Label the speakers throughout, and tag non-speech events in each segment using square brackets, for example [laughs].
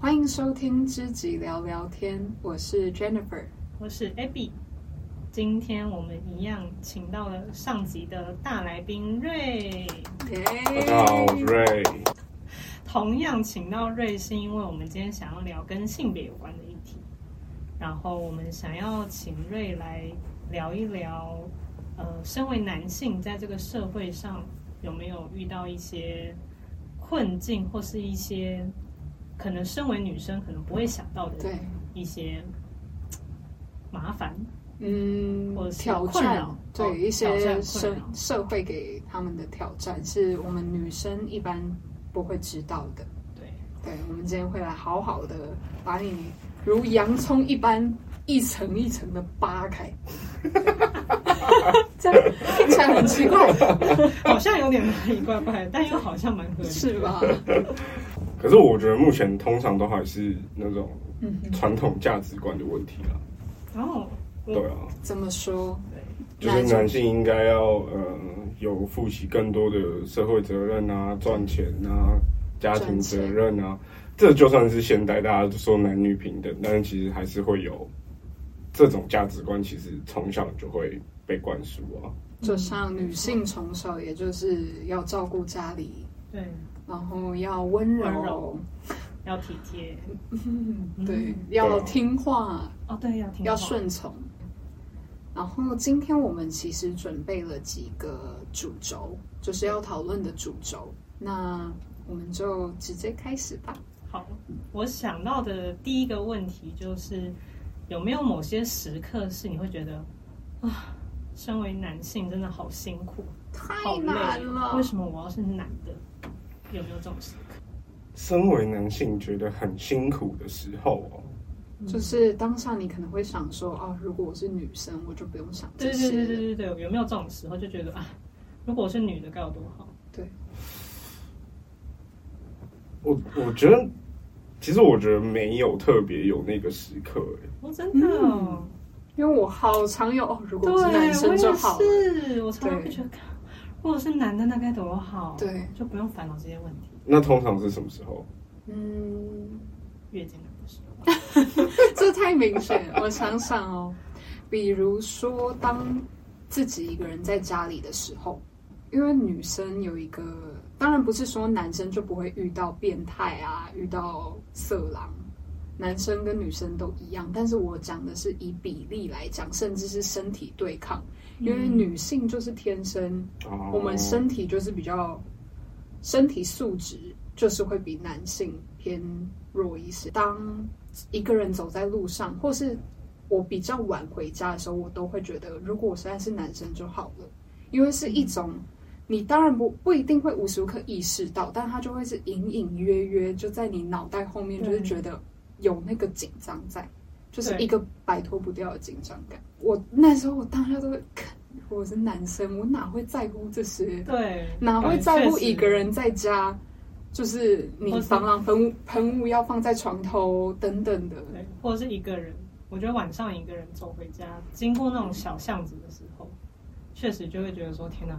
Speaker 1: 欢迎收听知己聊聊天，我是 Jennifer。
Speaker 2: 我是 Abby。今天我们一样请到了上集的大来宾瑞，
Speaker 3: 大家好，我是 Ray。
Speaker 2: 同样请到瑞是因为我们今天想要聊跟性别有关的议题，然后我们想要请瑞来聊一聊，呃，身为男性在这个社会上有没有遇到一些困境，或是一些可能身为女生可能不会想到的
Speaker 1: 对，
Speaker 2: 一些嘖麻烦。
Speaker 1: 嗯
Speaker 2: 或者，是
Speaker 1: 挑
Speaker 2: 困
Speaker 1: 战
Speaker 2: 扰哦
Speaker 1: 对一
Speaker 2: 挑战
Speaker 1: 些
Speaker 2: 困
Speaker 1: 社
Speaker 2: 扰
Speaker 1: 社会给他们的挑战，是我们女生一般不会知道的。
Speaker 2: 对，
Speaker 1: 对，我们今天会来好好的把你如洋葱一般一层一层的扒
Speaker 3: [laughs]
Speaker 1: 开。这样听起来很奇怪，
Speaker 2: 好像有点哪里怪怪的，但又好像蛮合理的。
Speaker 1: 是吧？
Speaker 3: 可是我觉得目前通常都还是那种
Speaker 1: 嗯，
Speaker 3: 传统价值观的问题啦。
Speaker 2: 然后我
Speaker 3: 对啊，
Speaker 1: 怎么说？
Speaker 3: 就是男性应该要呃有负起更多的社会责任啊、赚钱啊、家庭责任啊。这就算是现代大家都说男女平等，但是其实还是会有这种价值观，其实从小就会被灌输啊。
Speaker 1: 就
Speaker 2: 嗯
Speaker 1: 像女性从小，也就是要照顾家里，
Speaker 2: 对
Speaker 1: 然后要温柔，
Speaker 2: 温柔要体贴
Speaker 1: 嗯，对
Speaker 2: 嗯，
Speaker 1: 要听话，
Speaker 2: 哦，对，要听
Speaker 1: 要
Speaker 2: 话
Speaker 1: 顺从。然后今天我们其实准备了几个主轴，就是要讨论的主轴。那我们就直接开始吧。
Speaker 2: 好。我想到的第一个问题就是，有没有某些时刻是你会觉得啊，身为男性真的好辛苦，
Speaker 1: 太
Speaker 2: 好累
Speaker 1: 难
Speaker 2: 哦，
Speaker 1: 了，
Speaker 2: 为什么我要是男的？有没有这种时刻？
Speaker 3: 身为男性觉得很辛苦的时候哦，
Speaker 2: 嗯
Speaker 1: 就是当下你可能会想说，哦，如果我是女生，我就不用想
Speaker 2: 对
Speaker 1: 这
Speaker 2: 对
Speaker 1: 些。
Speaker 2: 对对对对，有没有这种时候就觉得啊，如果我是女的该有多好？
Speaker 3: 我我觉得，其实我觉得没有特别有那个时刻、欸，
Speaker 2: 我、真的
Speaker 1: 嗯
Speaker 2: 哦、
Speaker 1: 因为我好常有，哦，如果我
Speaker 2: 对，我
Speaker 1: 是男生就好了。
Speaker 2: 也是，我常常会
Speaker 1: 对
Speaker 2: 觉得，如果是男的，那该多好，
Speaker 1: 对，
Speaker 2: 就不用烦恼这些问题。
Speaker 3: 那通常是什么时候？
Speaker 1: 嗯，
Speaker 2: 月经来的时候，
Speaker 1: 这太明显。我想想哦，比如说当自己一个人在家里的时候，因为女生有一个，当然不是说男生就不会遇到变态啊，遇到色狼。男生跟女生都一样，但是我讲的是以比例来讲，甚至是身体对抗，
Speaker 2: 嗯
Speaker 1: 因为女性就是天生
Speaker 3: 哦
Speaker 1: 我们身体就是比较身体素质就是会比男性偏弱一些。当一个人走在路上，或是我比较晚回家的时候，我都会觉得，如果我实在是男生就好了，因为是一种。你当然不不一定会无时无刻意识到，但它就会是隐隐约约就在你脑袋后面，
Speaker 2: 对
Speaker 1: 就是觉得有那个紧张在，就是
Speaker 2: 对
Speaker 1: 一个摆脱不掉的紧张感。我那时候我当下都会，我是男生，我哪会在乎这些？
Speaker 2: 对，
Speaker 1: 哪会在乎一个
Speaker 2: 人？
Speaker 1: 人在家？就是你
Speaker 2: 哦或是
Speaker 1: 防狼喷雾喷雾要放在床头等等的，
Speaker 2: 对，或者是一个人，我觉得晚上一个人走回家，经过那种小巷子的时候，确实就会觉得说天哪，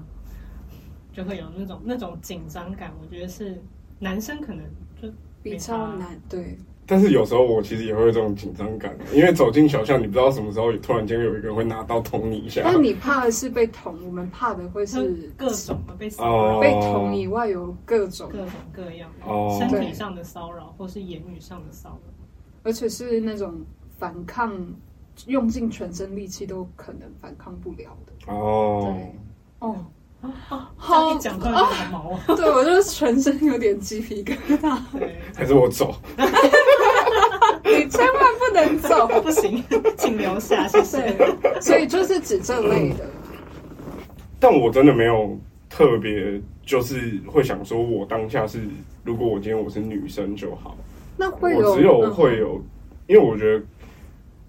Speaker 2: 就会有那种那种紧张感。我觉得是男生可能就
Speaker 1: 比较难。对，
Speaker 3: 但是有时候我其实也会有这种紧张感，啊因为走进小巷，你不知道什么时候突然间有一个人会拿刀捅你一下。
Speaker 1: 但你怕的是被捅，我们怕的会是
Speaker 2: 各种的被骚
Speaker 3: 哦
Speaker 2: 扰，
Speaker 1: 被捅以外有各种
Speaker 2: 各，种各样的、
Speaker 3: 哦
Speaker 2: 身体上的骚扰，或是言语上的骚扰。
Speaker 1: 而且是那种反抗，用尽全身力气都可能反抗不了的。
Speaker 3: 哦，
Speaker 1: 对，哦，
Speaker 2: 这样一讲突然觉得好毛
Speaker 1: [laughs]
Speaker 2: 啊！
Speaker 1: 对我就是全身有点鸡皮疙瘩，
Speaker 2: 对，
Speaker 3: 还是我走。
Speaker 1: 你千万不能走。
Speaker 2: [laughs] 不行，请留下，谢谢。
Speaker 1: 对，所以就是指这类的。
Speaker 3: 但我真的没有特别，就是会想说，我当下是，如果我今天我是女生就好。
Speaker 1: 那会有
Speaker 3: 我只有
Speaker 1: 嗯
Speaker 3: 会有，因为我觉得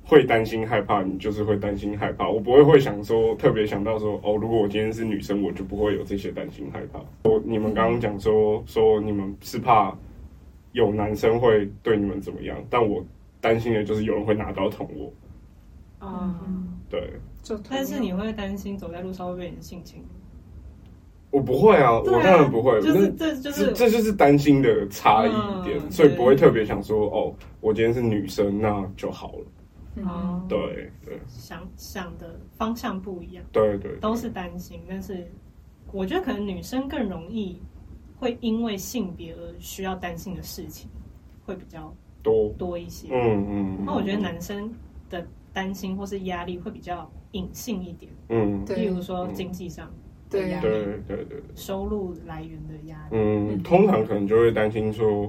Speaker 3: 会担心害怕，你就是会担心害怕。我不会会想说特别想到说哦，如果我今天是女生，我就不会有这些担心害怕。我你们刚刚讲说说你们是怕有男生会对你们怎么样，但我担心的就是有人会拿刀捅我。
Speaker 2: 啊、
Speaker 1: 嗯
Speaker 3: 对，
Speaker 1: 就同样
Speaker 2: 但是你会担心走在路上会被人性侵？
Speaker 3: 我不会啊，
Speaker 2: 对啊
Speaker 3: 我当然不会，
Speaker 2: 就是这就
Speaker 3: 那
Speaker 2: 是
Speaker 3: 这这就是担心的差异点，
Speaker 2: 嗯
Speaker 3: 所以
Speaker 2: 对
Speaker 3: 不会特别想说哦，我今天是女生，那就好了。
Speaker 1: 嗯，
Speaker 2: 哦，
Speaker 3: 对对
Speaker 2: 想想的方向不一样，
Speaker 3: 对对，
Speaker 2: 都是担心，但是我觉得可能女生更容易会因为性别而需要担心的事情会比较
Speaker 3: 多，
Speaker 2: 多一些。
Speaker 3: 嗯嗯。
Speaker 2: 那我觉得
Speaker 3: 嗯，
Speaker 2: 男生的担心或是压力会比较隐性一点，
Speaker 3: 嗯，
Speaker 1: 对
Speaker 2: 例如说经济上的
Speaker 1: 对
Speaker 2: 压
Speaker 1: 啊
Speaker 2: 力、
Speaker 3: 对对对对，
Speaker 2: 收入来源的压力，
Speaker 3: 嗯，
Speaker 1: 嗯
Speaker 3: 通常可能就会担心说，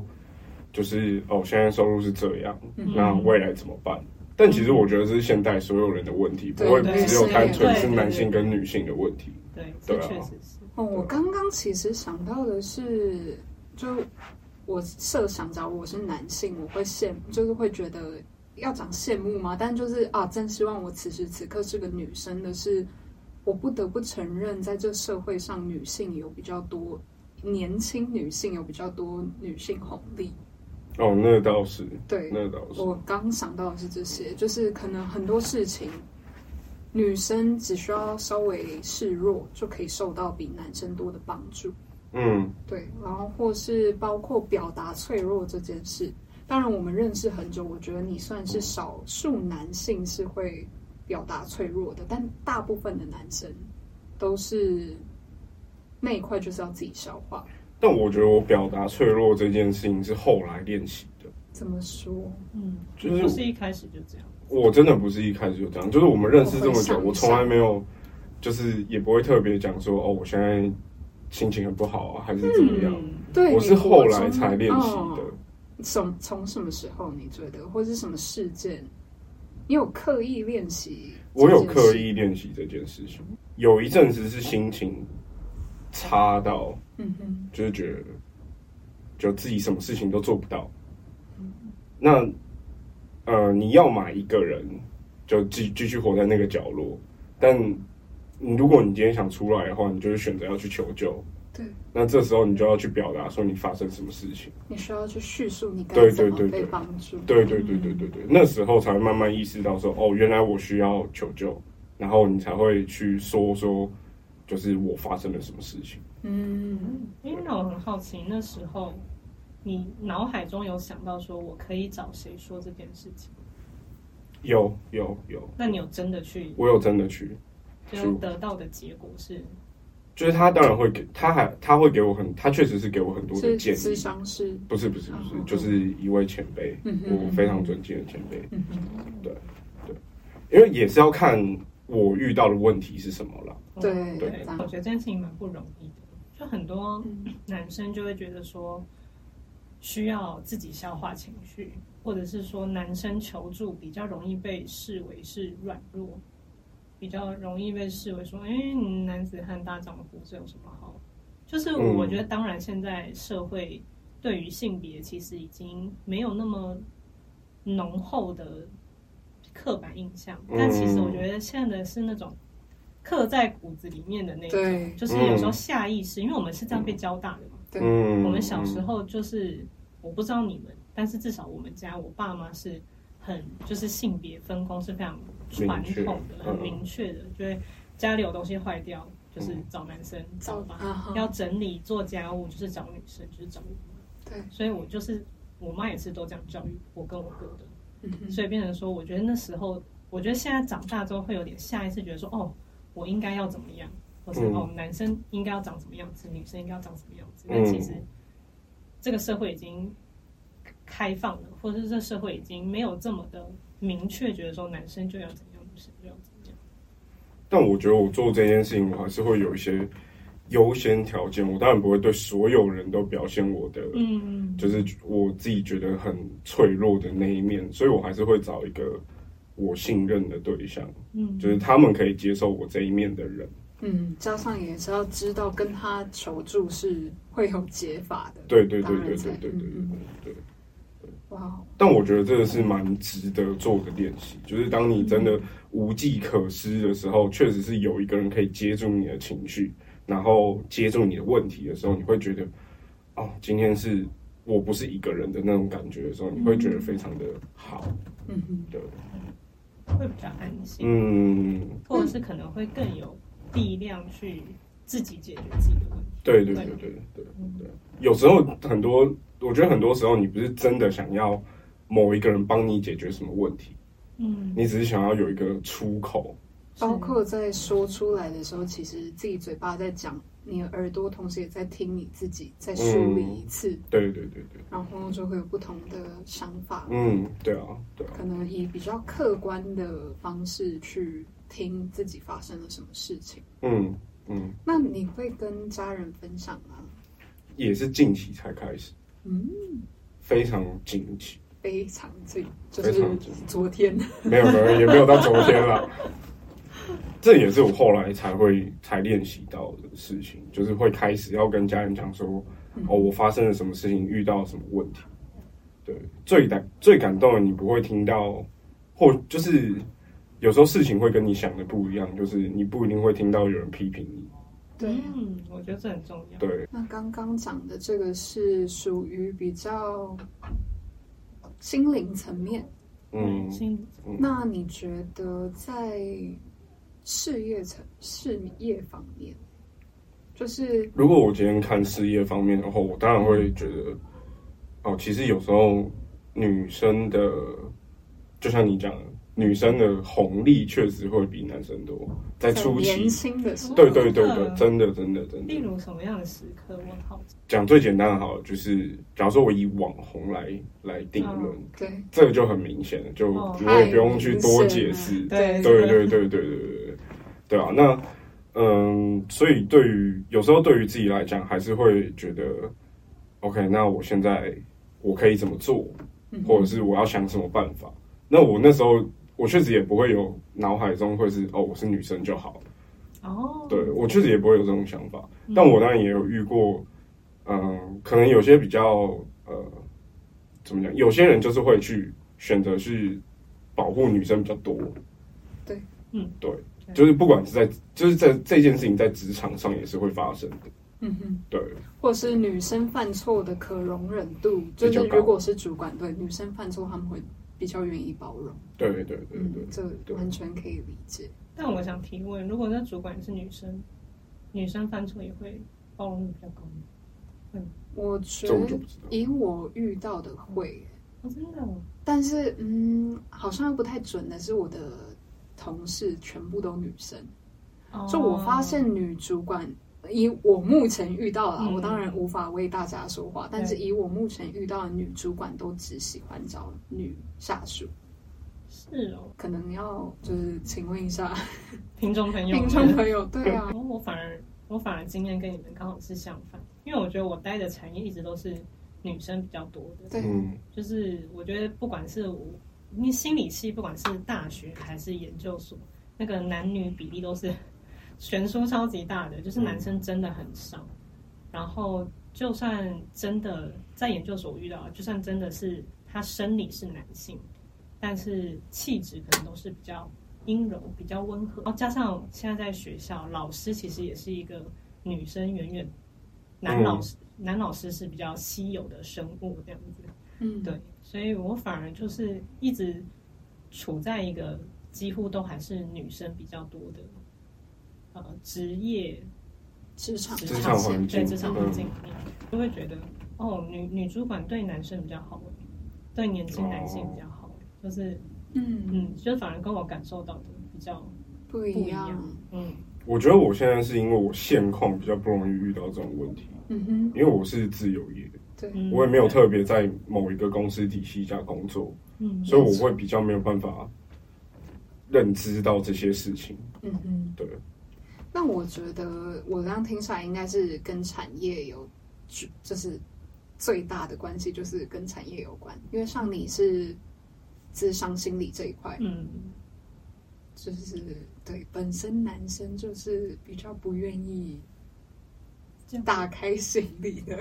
Speaker 3: 就是哦，现在收入是这样，
Speaker 1: 嗯
Speaker 3: 那未来怎么办？但其实我觉得这是现代所有人的问题，不
Speaker 1: 对
Speaker 3: 会
Speaker 2: 嗯对
Speaker 3: 只有
Speaker 1: 是
Speaker 3: 单纯
Speaker 2: 对
Speaker 3: 是
Speaker 2: 对
Speaker 3: 男
Speaker 2: 对
Speaker 3: 性跟女性的问题。
Speaker 2: 对，
Speaker 3: 对
Speaker 2: 这
Speaker 3: 啊
Speaker 2: 确实是。
Speaker 1: 哦，我刚刚其实想到的是，就我设想着我是男性，我会羡，就是会觉得要讲羡慕吗？但就是啊，真希望我此时此刻是个女生的是，我不得不承认，在这社会上，女性有比较多，年轻女性有比较多女性红利，
Speaker 3: 哦，那倒是，
Speaker 2: 嗯
Speaker 1: 对，
Speaker 3: 那倒是，
Speaker 1: 我刚想到的是这些，就是可能很多事情，女生只需要稍微示弱，就可以受到比男生多的帮助。
Speaker 3: 嗯
Speaker 1: 对，然后或是包括表达脆弱这件事。当然，我们认识很久，我觉得你算是少数男性是会表达脆弱的，但大部分的男生都是那一块就是要自己消化。
Speaker 3: 但我觉得我表达脆弱这件事情是后来练习的，
Speaker 1: 怎么说？
Speaker 2: 嗯，
Speaker 3: 就是
Speaker 2: 不是一开始就这样。
Speaker 3: 我真的不是一开始就这样，就是我们认识这么久，
Speaker 1: 我回想一下
Speaker 3: 我从来没有，就是也不会特别讲说哦，我现在心情很不好啊，还是怎么样。
Speaker 2: 嗯，
Speaker 1: 对，
Speaker 3: 我是
Speaker 1: 你国
Speaker 3: 后来
Speaker 1: 中
Speaker 3: 才练习
Speaker 1: 哦
Speaker 3: 的，
Speaker 1: 从从什么时候你觉得，或是什么事件，你有刻意练习？
Speaker 3: 我有刻，意练习这件事情。有一阵子是心情差到，
Speaker 1: 嗯哼，
Speaker 3: 就是觉得就自己什么事情都做不到。那呃，你要买一个人，就继继续活在那个角落。但你如果你今天想出来的话，你就是选择要去求救。
Speaker 1: 对，
Speaker 3: 那这时候你就要去表达说你发生什么事情。
Speaker 1: 你需要去叙述你该
Speaker 3: 对
Speaker 1: 怎
Speaker 3: 对
Speaker 1: 么
Speaker 3: 对
Speaker 1: 被
Speaker 3: 对
Speaker 1: 帮助。
Speaker 3: 对对对对对对，那时候才会慢慢意识到说，哦，原来我需要求救，然后你才会去说说，就是我发生了什么事情。
Speaker 1: 嗯，
Speaker 2: 因为我很好奇，那时候你脑海中有想到说我可以找谁说这件事情？
Speaker 3: 有有有，
Speaker 2: 那你有真的去，
Speaker 3: 我有真的去，
Speaker 2: 就是得到的结果是
Speaker 3: 就是他当然会给，他还他会给我很，他确实是给我很多的
Speaker 1: 是
Speaker 3: 建
Speaker 1: 智
Speaker 3: 议。
Speaker 1: 商是，
Speaker 3: 不是不是不是
Speaker 1: 嗯，
Speaker 3: 就是一位前辈，
Speaker 1: 嗯哼
Speaker 3: 我非常尊敬的前辈，
Speaker 1: 嗯哼，
Speaker 3: 因为也是要看我遇到的问题是什么了。
Speaker 1: 对
Speaker 2: 嗯
Speaker 1: 对
Speaker 2: 对
Speaker 1: 当然，
Speaker 2: 我觉得这件事情蛮不容易的。就很多
Speaker 1: 嗯
Speaker 2: 男生就会觉得说，需要自己消化情绪，或者是说男生求助比较容易被视为是软弱，比较容易被视为说，哎，你男子汉大丈夫，这有什么好？就是
Speaker 3: 嗯
Speaker 2: 我觉得，当然现在社会对于性别其实已经没有那么浓厚的刻板印象，
Speaker 3: 嗯
Speaker 2: 但其实我觉得现在的是那种刻在骨子里面的那种，
Speaker 1: 对
Speaker 2: 就是有时候下意识，因为我们是这样被教大的嘛。
Speaker 1: 对
Speaker 3: 嗯
Speaker 2: 我们小时候就是，我不知道你们，但是至少我们家我爸妈是很就是性别分工是非常传统的、
Speaker 3: 明确
Speaker 2: 很
Speaker 3: 嗯
Speaker 2: 明确的，就会家里有东西坏掉就是找男生找
Speaker 1: 早
Speaker 2: 吧，
Speaker 1: 啊，
Speaker 2: 要整理做家务就是找女生，就是找我妈。
Speaker 1: 对，
Speaker 2: 所以我就是我妈也是都这样教育我跟我哥的。
Speaker 1: 嗯哼，
Speaker 2: 所以变成说，我觉得那时候，我觉得现在长大之后会有点下意识觉得说，哦，我应该要怎么样，或是、
Speaker 3: 嗯
Speaker 2: 哦，男生应该要长什么样子，女生应该要长什么样子。
Speaker 3: 嗯
Speaker 2: 但其实这个社会已经开放了，或者是这社会已经没有这么的明确，觉得说男生就要怎么样，女生就要怎么样。
Speaker 3: 但我觉得我做这件事情，我还是会有一些优先条件。我当然不会对所有人都表现我的，
Speaker 2: 嗯，
Speaker 3: 就是我自己觉得很脆弱的那一面，所以我还是会找一个我信任的对象，
Speaker 2: 嗯
Speaker 3: 就是他们可以接受我这一面的人。
Speaker 1: 嗯，加上也是要知道跟他求助是会有解法的，
Speaker 3: 对对对
Speaker 1: 当然
Speaker 3: 对
Speaker 1: 才
Speaker 3: 对对对对
Speaker 1: 嗯嗯
Speaker 3: 对。
Speaker 1: 哇，哦
Speaker 3: 但我觉得这个是蛮值得做的练习，就是当你真的无计可施的时候，确实是有一个人可以接住你的情绪，然后接住你的问题的时候，你会觉得，哦，今天是我不是一个人的那种感觉的时候，你会觉得非常的好，
Speaker 1: 嗯哼，
Speaker 3: 对，
Speaker 2: 会比较安心，
Speaker 3: 嗯，
Speaker 2: 或者是可能会更有力量去自己解决自己的问题。
Speaker 3: 对对对对对对，有时候很多，我觉得很多时候你不是真的想要某一个人帮你解决什么问题，
Speaker 2: 嗯，
Speaker 3: 你只是想要有一个出口。
Speaker 1: 包括在说出来的时候，其实自己嘴巴在讲，你的耳朵同时也在听你自己再梳理一次，
Speaker 3: 对对对对，
Speaker 1: 然后就会有不同的想法。
Speaker 3: 嗯，对啊，对啊，
Speaker 1: 可能以比较客观的方式去听自己发生了什么事情。
Speaker 3: 嗯嗯，
Speaker 1: 那你会跟家人分享吗？
Speaker 3: 也是近期才开始，
Speaker 1: 嗯，
Speaker 3: 非常近期，
Speaker 1: 非常近，就
Speaker 3: 非
Speaker 1: 是
Speaker 3: 常近
Speaker 1: 昨天。
Speaker 3: 没有没有，也没有到昨天啦。 [laughs] 这也是我后来才会才练习到的事情，就是会开始要跟家人讲说，
Speaker 1: 嗯
Speaker 3: 哦，我发生了什么事情，遇到了什么问题。对，最感最感动的，你不会听到，或就是有时候事情会跟你想的不一样，就是你不一定会听到有人批评你。
Speaker 1: 对啊
Speaker 2: 嗯，我觉得这很重要。
Speaker 3: 对，
Speaker 1: 那刚刚讲的这个是属于比较心灵层面。
Speaker 3: 嗯，
Speaker 2: 心
Speaker 3: 嗯
Speaker 1: 那你觉得在事业层、事业方面，就是
Speaker 3: 如果我今天看事业方面的话，我当然会觉得，哦，其实有时候女生的，就像你讲的，女生的红利确实会比男生多，在初期
Speaker 1: 年。轻的时候，
Speaker 3: 对对对对，真的真的真的
Speaker 2: 例。如什么样的时刻，我好奇。
Speaker 3: 讲最简单的好了，就是假如说我以网红来来定论，
Speaker 2: 嗯
Speaker 1: 对
Speaker 3: 这个就很明显了，就
Speaker 2: 哦
Speaker 3: 我也不用去多解释。
Speaker 2: 对
Speaker 3: 对对对对对对对，对啊，那嗯，所以对于有时候对于自己来讲，还是会觉得，OK，那我现在我可以怎么做，
Speaker 1: 嗯
Speaker 3: 或者是我要想什么办法？那我那时候我确实也不会有脑海中会是哦，我是女生就好，
Speaker 2: 哦，
Speaker 3: 对我确实也不会有这种想法。
Speaker 2: 嗯
Speaker 3: 但我当然也有遇过，嗯、可能有些比较呃，怎么讲？有些人就是会去选择去保护女生比较多。
Speaker 1: 对，
Speaker 2: 嗯，
Speaker 3: 对，
Speaker 2: 对
Speaker 3: 就是不管是在，就是在这件事情在职场上也是会发生的。
Speaker 1: 嗯哼，
Speaker 3: 对，
Speaker 1: 或是女生犯错的可容忍度，就
Speaker 3: 比较
Speaker 1: 是
Speaker 3: 高
Speaker 1: 如果是主管对女生犯错，他们会比较愿意包容，
Speaker 3: 对，对，对，对，
Speaker 1: 嗯，这
Speaker 3: 对
Speaker 1: 完全可以理解。
Speaker 2: 但我想提问，如果那主管是女生，女生犯错也会包容度比较高吗？
Speaker 1: 我觉
Speaker 3: 这我
Speaker 1: 得
Speaker 3: 就不知道。
Speaker 1: 以我遇到的会，
Speaker 2: 哦，真的哦，
Speaker 1: 但是嗯，好像又不太准的是我的同事全部都女生，
Speaker 2: 哦
Speaker 1: 就我发现女主管。以我目前遇到了，
Speaker 2: 嗯
Speaker 1: 我当然无法为大家说话，但是以我目前遇到的女主管都只喜欢找女下属，
Speaker 2: 是哦，
Speaker 1: 可能要就是请问一下
Speaker 2: 听众朋友
Speaker 1: 听
Speaker 2: 们，
Speaker 1: 众朋友，对啊，
Speaker 2: 然后我反而我反而经验跟你们刚好是相反，因为我觉得我待的产业一直都是女生比较多的，
Speaker 1: 对，
Speaker 3: 嗯
Speaker 2: 就是我觉得不管是我你心理系，不管是大学还是研究所，那个男女比例都是悬殊超级大的，就是男生真的很少，然后就算真的在研究所遇到，就算真的是他生理是男性，但是气质可能都是比较阴柔、比较温和，然后加上现在在学校，老师其实也是一个女生，远远男老师、男老师是比较稀有的生物这样子，
Speaker 1: 嗯，
Speaker 2: 对，所以我反而就是一直处在一个几乎都还是女生比较多的呃职业
Speaker 1: 职场
Speaker 2: 职
Speaker 3: 场环境
Speaker 2: 对职场环
Speaker 3: 嗯
Speaker 2: 境里面，就会觉得哦，女女主管对男生比较好欸，对年轻男性比较好
Speaker 3: 哦
Speaker 2: 欸，就是
Speaker 1: 嗯，
Speaker 2: 嗯，就反而跟我感受到的比较
Speaker 1: 不
Speaker 2: 不
Speaker 1: 一
Speaker 2: 一样
Speaker 1: 样，
Speaker 2: 嗯
Speaker 3: 我觉得我现在是因为我现况比较不容易遇到这种问题，
Speaker 1: 嗯哼，
Speaker 3: 因为我是自由业，
Speaker 1: 对，
Speaker 2: 嗯，
Speaker 3: 我也没有特别在某一个公司体系下工作，
Speaker 2: 嗯
Speaker 3: 所以我会比较没有办法认知到这些事情。
Speaker 1: 嗯哼，
Speaker 3: 对。
Speaker 1: 那我觉得我刚刚听下来，应该是跟产业有主，就是最大的关系，就是跟产业有关。因为像你是智商心理这一块，
Speaker 2: 嗯
Speaker 1: 就是对本身男生就是比较不愿意
Speaker 2: 这样
Speaker 1: 打开心理的，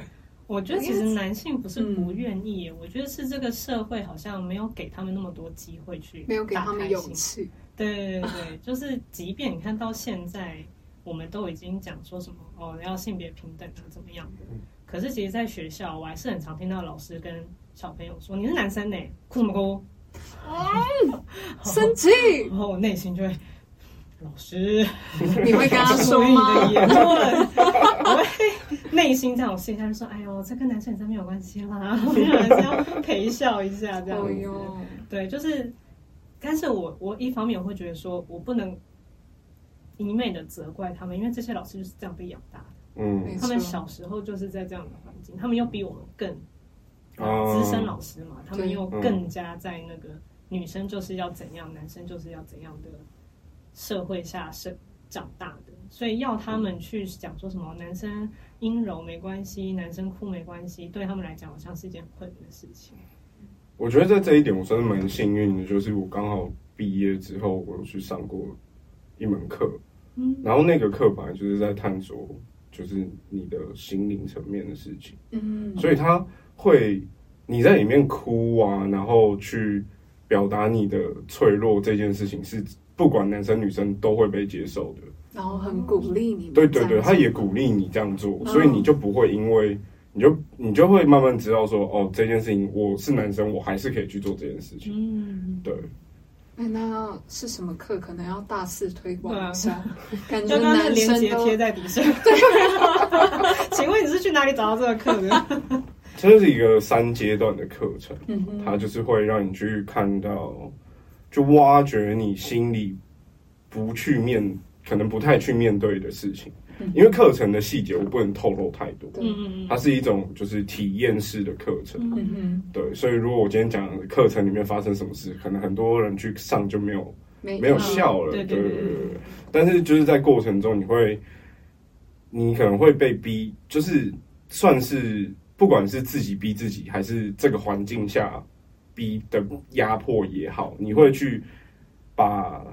Speaker 2: 我觉得其实男性不是
Speaker 1: 嗯
Speaker 2: 不愿意耶，我觉得是这个社会好像没有给他们那么多机会去
Speaker 1: 没有给他
Speaker 2: 打
Speaker 1: 们
Speaker 2: 开
Speaker 1: 勇
Speaker 2: 心
Speaker 1: 气。
Speaker 2: 对对对，就是即便你看到现在，我们都已经讲说什么哦要性别平等啊怎么样的
Speaker 3: 嗯，
Speaker 2: 可是其实，在学校我还是很常听到老师跟小朋友说你是男生呢，哭什么哭？
Speaker 1: 生气，
Speaker 2: 然后我内心就会老师，
Speaker 1: 你会跟他说
Speaker 2: 你的
Speaker 1: 吗？
Speaker 2: 言论，我会内心在我心里就说：“哎呦，这跟男生女生没有关系啦，我们还是要陪笑一下这样
Speaker 1: 哦
Speaker 2: 子。
Speaker 1: 哟，
Speaker 2: 对，就是，但是我我一方面我会觉得说我不能一昧的责怪他们，因为这些老师就是这样被养大的，
Speaker 1: 没
Speaker 3: 嗯
Speaker 1: 错
Speaker 2: 他们小时候就是在这样的环境，他们又比我们更
Speaker 3: 哦
Speaker 2: 资深老师嘛，他们
Speaker 1: 对
Speaker 2: 又
Speaker 3: 嗯
Speaker 2: 更加在那个女生就是要怎样，男生就是要怎样的社会下生长大的，所以要他
Speaker 3: 嗯
Speaker 2: 们去讲说什么男生阴柔没关系，男生酷没关系，对他们来讲好像是一件很困难的事情。
Speaker 3: 我觉得在这一点我真的蛮幸运的，就是我刚好毕业之后，我有去上过一门课，
Speaker 2: 嗯，
Speaker 3: 然后那个课本来就是在探索，就是你的心灵层面的事情，
Speaker 1: 嗯，
Speaker 3: 所以他会你在里面哭啊，然后去表达你的脆弱这件事情是不管男生女生都会被接受的。
Speaker 1: 然后很鼓励你们这
Speaker 3: 对
Speaker 1: 样子，
Speaker 3: 对对，他也鼓励你这样做，
Speaker 1: 嗯
Speaker 3: 所以你就不会因为你就你就会慢慢知道说，哦，这件事情我是男生，我还是可以去做这件事情。
Speaker 2: 嗯，
Speaker 3: 对，
Speaker 1: 哎。那是什么课？可能要大肆推
Speaker 2: 对
Speaker 1: 广
Speaker 2: 啊
Speaker 1: 一
Speaker 2: [laughs]
Speaker 1: 下，感觉
Speaker 2: 就刚刚
Speaker 1: 男
Speaker 2: 的链
Speaker 1: 生
Speaker 2: 接
Speaker 1: 都
Speaker 2: 贴在底
Speaker 1: [laughs]
Speaker 2: 下。 [laughs] 请问你是去哪里找到这个课的？
Speaker 3: 这是一个三阶段的课程，
Speaker 1: 嗯哼
Speaker 3: 它就是会让你去看到，就挖掘你心里不去面，可能不太去面对的事情
Speaker 1: 嗯。
Speaker 3: 因为课程的细节我不能透露太多，
Speaker 1: 对，
Speaker 2: 嗯
Speaker 3: 它是一种就是体验式的课程。
Speaker 1: 嗯哼，
Speaker 3: 对，所以如果我今天讲课程里面发生什么事，可能很多人去上就没有
Speaker 1: 没
Speaker 3: 没有笑了，
Speaker 2: 嗯对
Speaker 3: 对
Speaker 2: 对对对
Speaker 3: 但是就是在过程中，你会，你可能会被逼，就是算是不管是自己逼自己，还是这个环境下逼的压迫也好，你会去把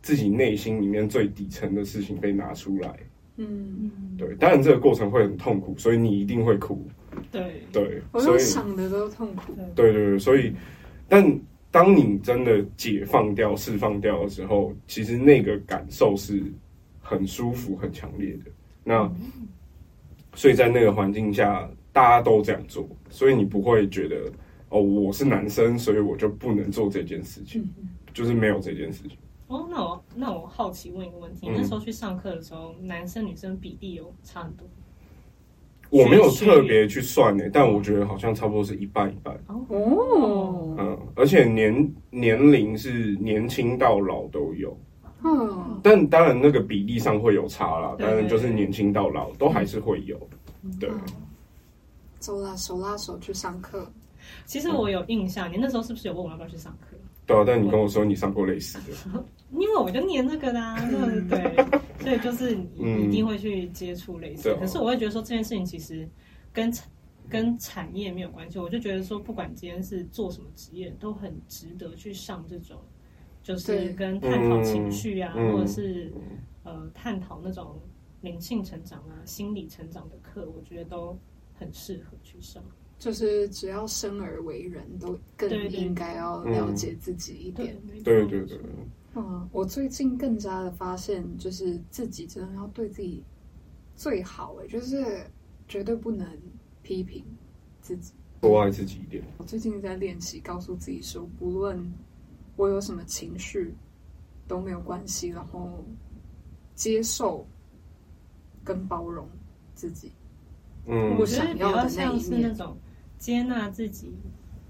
Speaker 3: 自己内心里面最底层的事情被拿出来。
Speaker 1: 嗯，
Speaker 2: 嗯，
Speaker 3: 对，当然这个过程会很痛苦，所以你一定会哭。
Speaker 2: [laughs] 对
Speaker 3: 对，
Speaker 1: 我
Speaker 3: 所
Speaker 1: 用
Speaker 3: 以
Speaker 1: 想的都痛苦，
Speaker 3: 对对对，所以，但当你真的解放掉、释放掉的时候，其实那个感受是很舒服、很强烈的。那所以在那个环境下，大家都这样做，所以你不会觉得哦，我是男生，所以我就不能做这件事情，
Speaker 1: 嗯
Speaker 3: 就是没有这件事情。
Speaker 2: 哦，那我那我好奇问一个问题，
Speaker 3: 嗯
Speaker 2: 那时候去上课的时候，男生女生比例有差很多吗？
Speaker 3: 我没有
Speaker 2: 是
Speaker 3: 特别去算呢、但我觉得好像差不多是一半一半。
Speaker 1: 哦，
Speaker 3: 嗯，而且年年龄是年轻到老都有。
Speaker 1: 嗯，
Speaker 3: 但当然那个比例上会有差啦，
Speaker 2: 对
Speaker 3: 当然就是年轻到老都还是会有，对，
Speaker 1: 嗯走啦，手拉手去上课，
Speaker 2: 其实我有印象，你那时候是不是有问我要不要去上课？
Speaker 3: 对啊。但你跟我说你上过类似
Speaker 2: 嗯
Speaker 3: 的，
Speaker 2: 因为我就念那个的、
Speaker 3: [laughs]
Speaker 2: 啊，
Speaker 1: 嗯
Speaker 2: 对，所以就是你
Speaker 3: 嗯
Speaker 2: 一定会去接触类似
Speaker 3: 对
Speaker 2: 的。
Speaker 3: 啊
Speaker 2: 可是我会觉得说这件事情其实跟产跟产业没有关系，我就觉得说不管今天是做什么职业，都很值得去上这种，就是
Speaker 1: 对
Speaker 2: 跟探讨情绪啊，
Speaker 3: 嗯嗯
Speaker 2: 或者是呃探讨那种灵性成长啊、心理成长的课，我觉得都很适合去上。
Speaker 1: 就是只要生而为人都更
Speaker 2: 对对
Speaker 1: 应该要了解自己一点。，
Speaker 2: 没错
Speaker 3: 对对对，
Speaker 1: 嗯，我最近更加的发现，就是自己真的要对自己最好、欸，就是绝对不能批评自己。
Speaker 3: 多爱自己一点，
Speaker 1: 我最近在练习告诉自己说，不论我有什么情绪都没有关系，然后接受跟包容自己。
Speaker 3: 嗯
Speaker 1: 我
Speaker 2: 我
Speaker 1: 是
Speaker 2: 觉得比较像是那种接纳自己，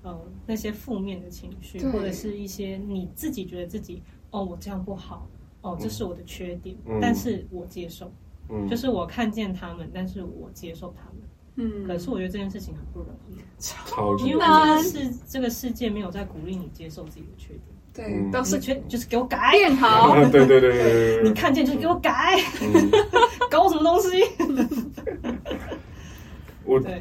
Speaker 2: 呃，那些负面的情绪，
Speaker 1: 对
Speaker 2: 或者是一些你自己觉得自己哦，我这样不好，哦，这是我的缺点，
Speaker 3: 嗯
Speaker 2: 但是我接受，
Speaker 3: 嗯
Speaker 2: 就，是我看见他们，但是我接受他们。
Speaker 1: 嗯，
Speaker 2: 可是我觉得这件事情很不容
Speaker 3: 嗯
Speaker 2: 易，
Speaker 3: 超级
Speaker 2: 因为这个世这个世界没有在鼓励你接受自己的缺点，
Speaker 1: 对，
Speaker 3: 嗯
Speaker 1: 都哦是
Speaker 2: 你缺就是给我改，
Speaker 1: 练好。
Speaker 3: 啊 [laughs] 对对对对对
Speaker 2: 你
Speaker 3: 对，
Speaker 2: 看见就给我改，
Speaker 3: 嗯，
Speaker 2: [laughs] 搞什么东西？
Speaker 3: 我
Speaker 2: 对，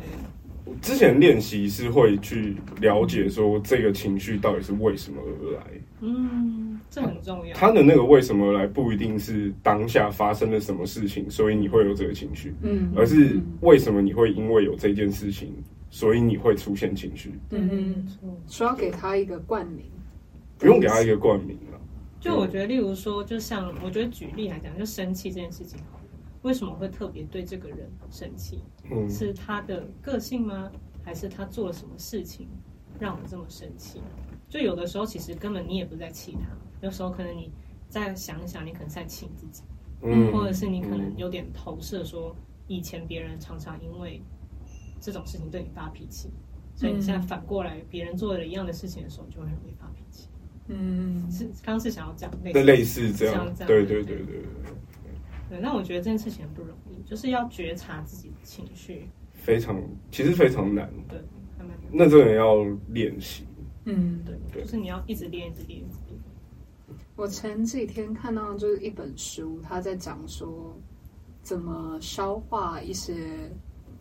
Speaker 3: 我之前练习是会去了解说这个情绪到底是为什么而来，
Speaker 2: 嗯，这很重要。
Speaker 3: 他的那个为什么而来不一定是当下发生了什么事情，所以你会有这个情绪，
Speaker 1: 嗯
Speaker 3: 而是为什么你会因为有这件事情，所以你会出现情绪。
Speaker 1: 嗯
Speaker 2: 嗯
Speaker 1: 嗯，，说要给他一个冠名，
Speaker 3: 不用给他一个冠名啊。
Speaker 2: 就我觉得，例如说，就像我觉得举例来讲，就生气这件事情好了，为什么会特别对这个人生气？
Speaker 3: 嗯
Speaker 2: 是他的个性吗？还是他做了什么事情让我这么生气？就有的时候其实根本你也不是在气他，有时候可能你再想一想，你可能在气自己，
Speaker 3: 嗯，
Speaker 2: 或者是你可能有点投射说，以前别人常常因为这种事情对你发脾气，所以你现
Speaker 3: 嗯
Speaker 2: 在反过来，别人做了一样的事情的时候，你就会很容易发脾气。
Speaker 1: 嗯，
Speaker 2: 是刚刚是想要讲类
Speaker 3: 那
Speaker 2: 似
Speaker 3: 类似这样
Speaker 2: 像，这样
Speaker 3: 对对对对对，
Speaker 2: 对，那我觉得这件事情很不容易，就是要觉察自己的情绪，
Speaker 3: 非常其实非常难，
Speaker 2: 对，还蛮难
Speaker 3: 那真的要练习。
Speaker 1: 嗯，
Speaker 2: 的，对，就是你要一直练，一直练，一直练。
Speaker 1: 我前几天看到就是一本书，他在讲说怎么消化一些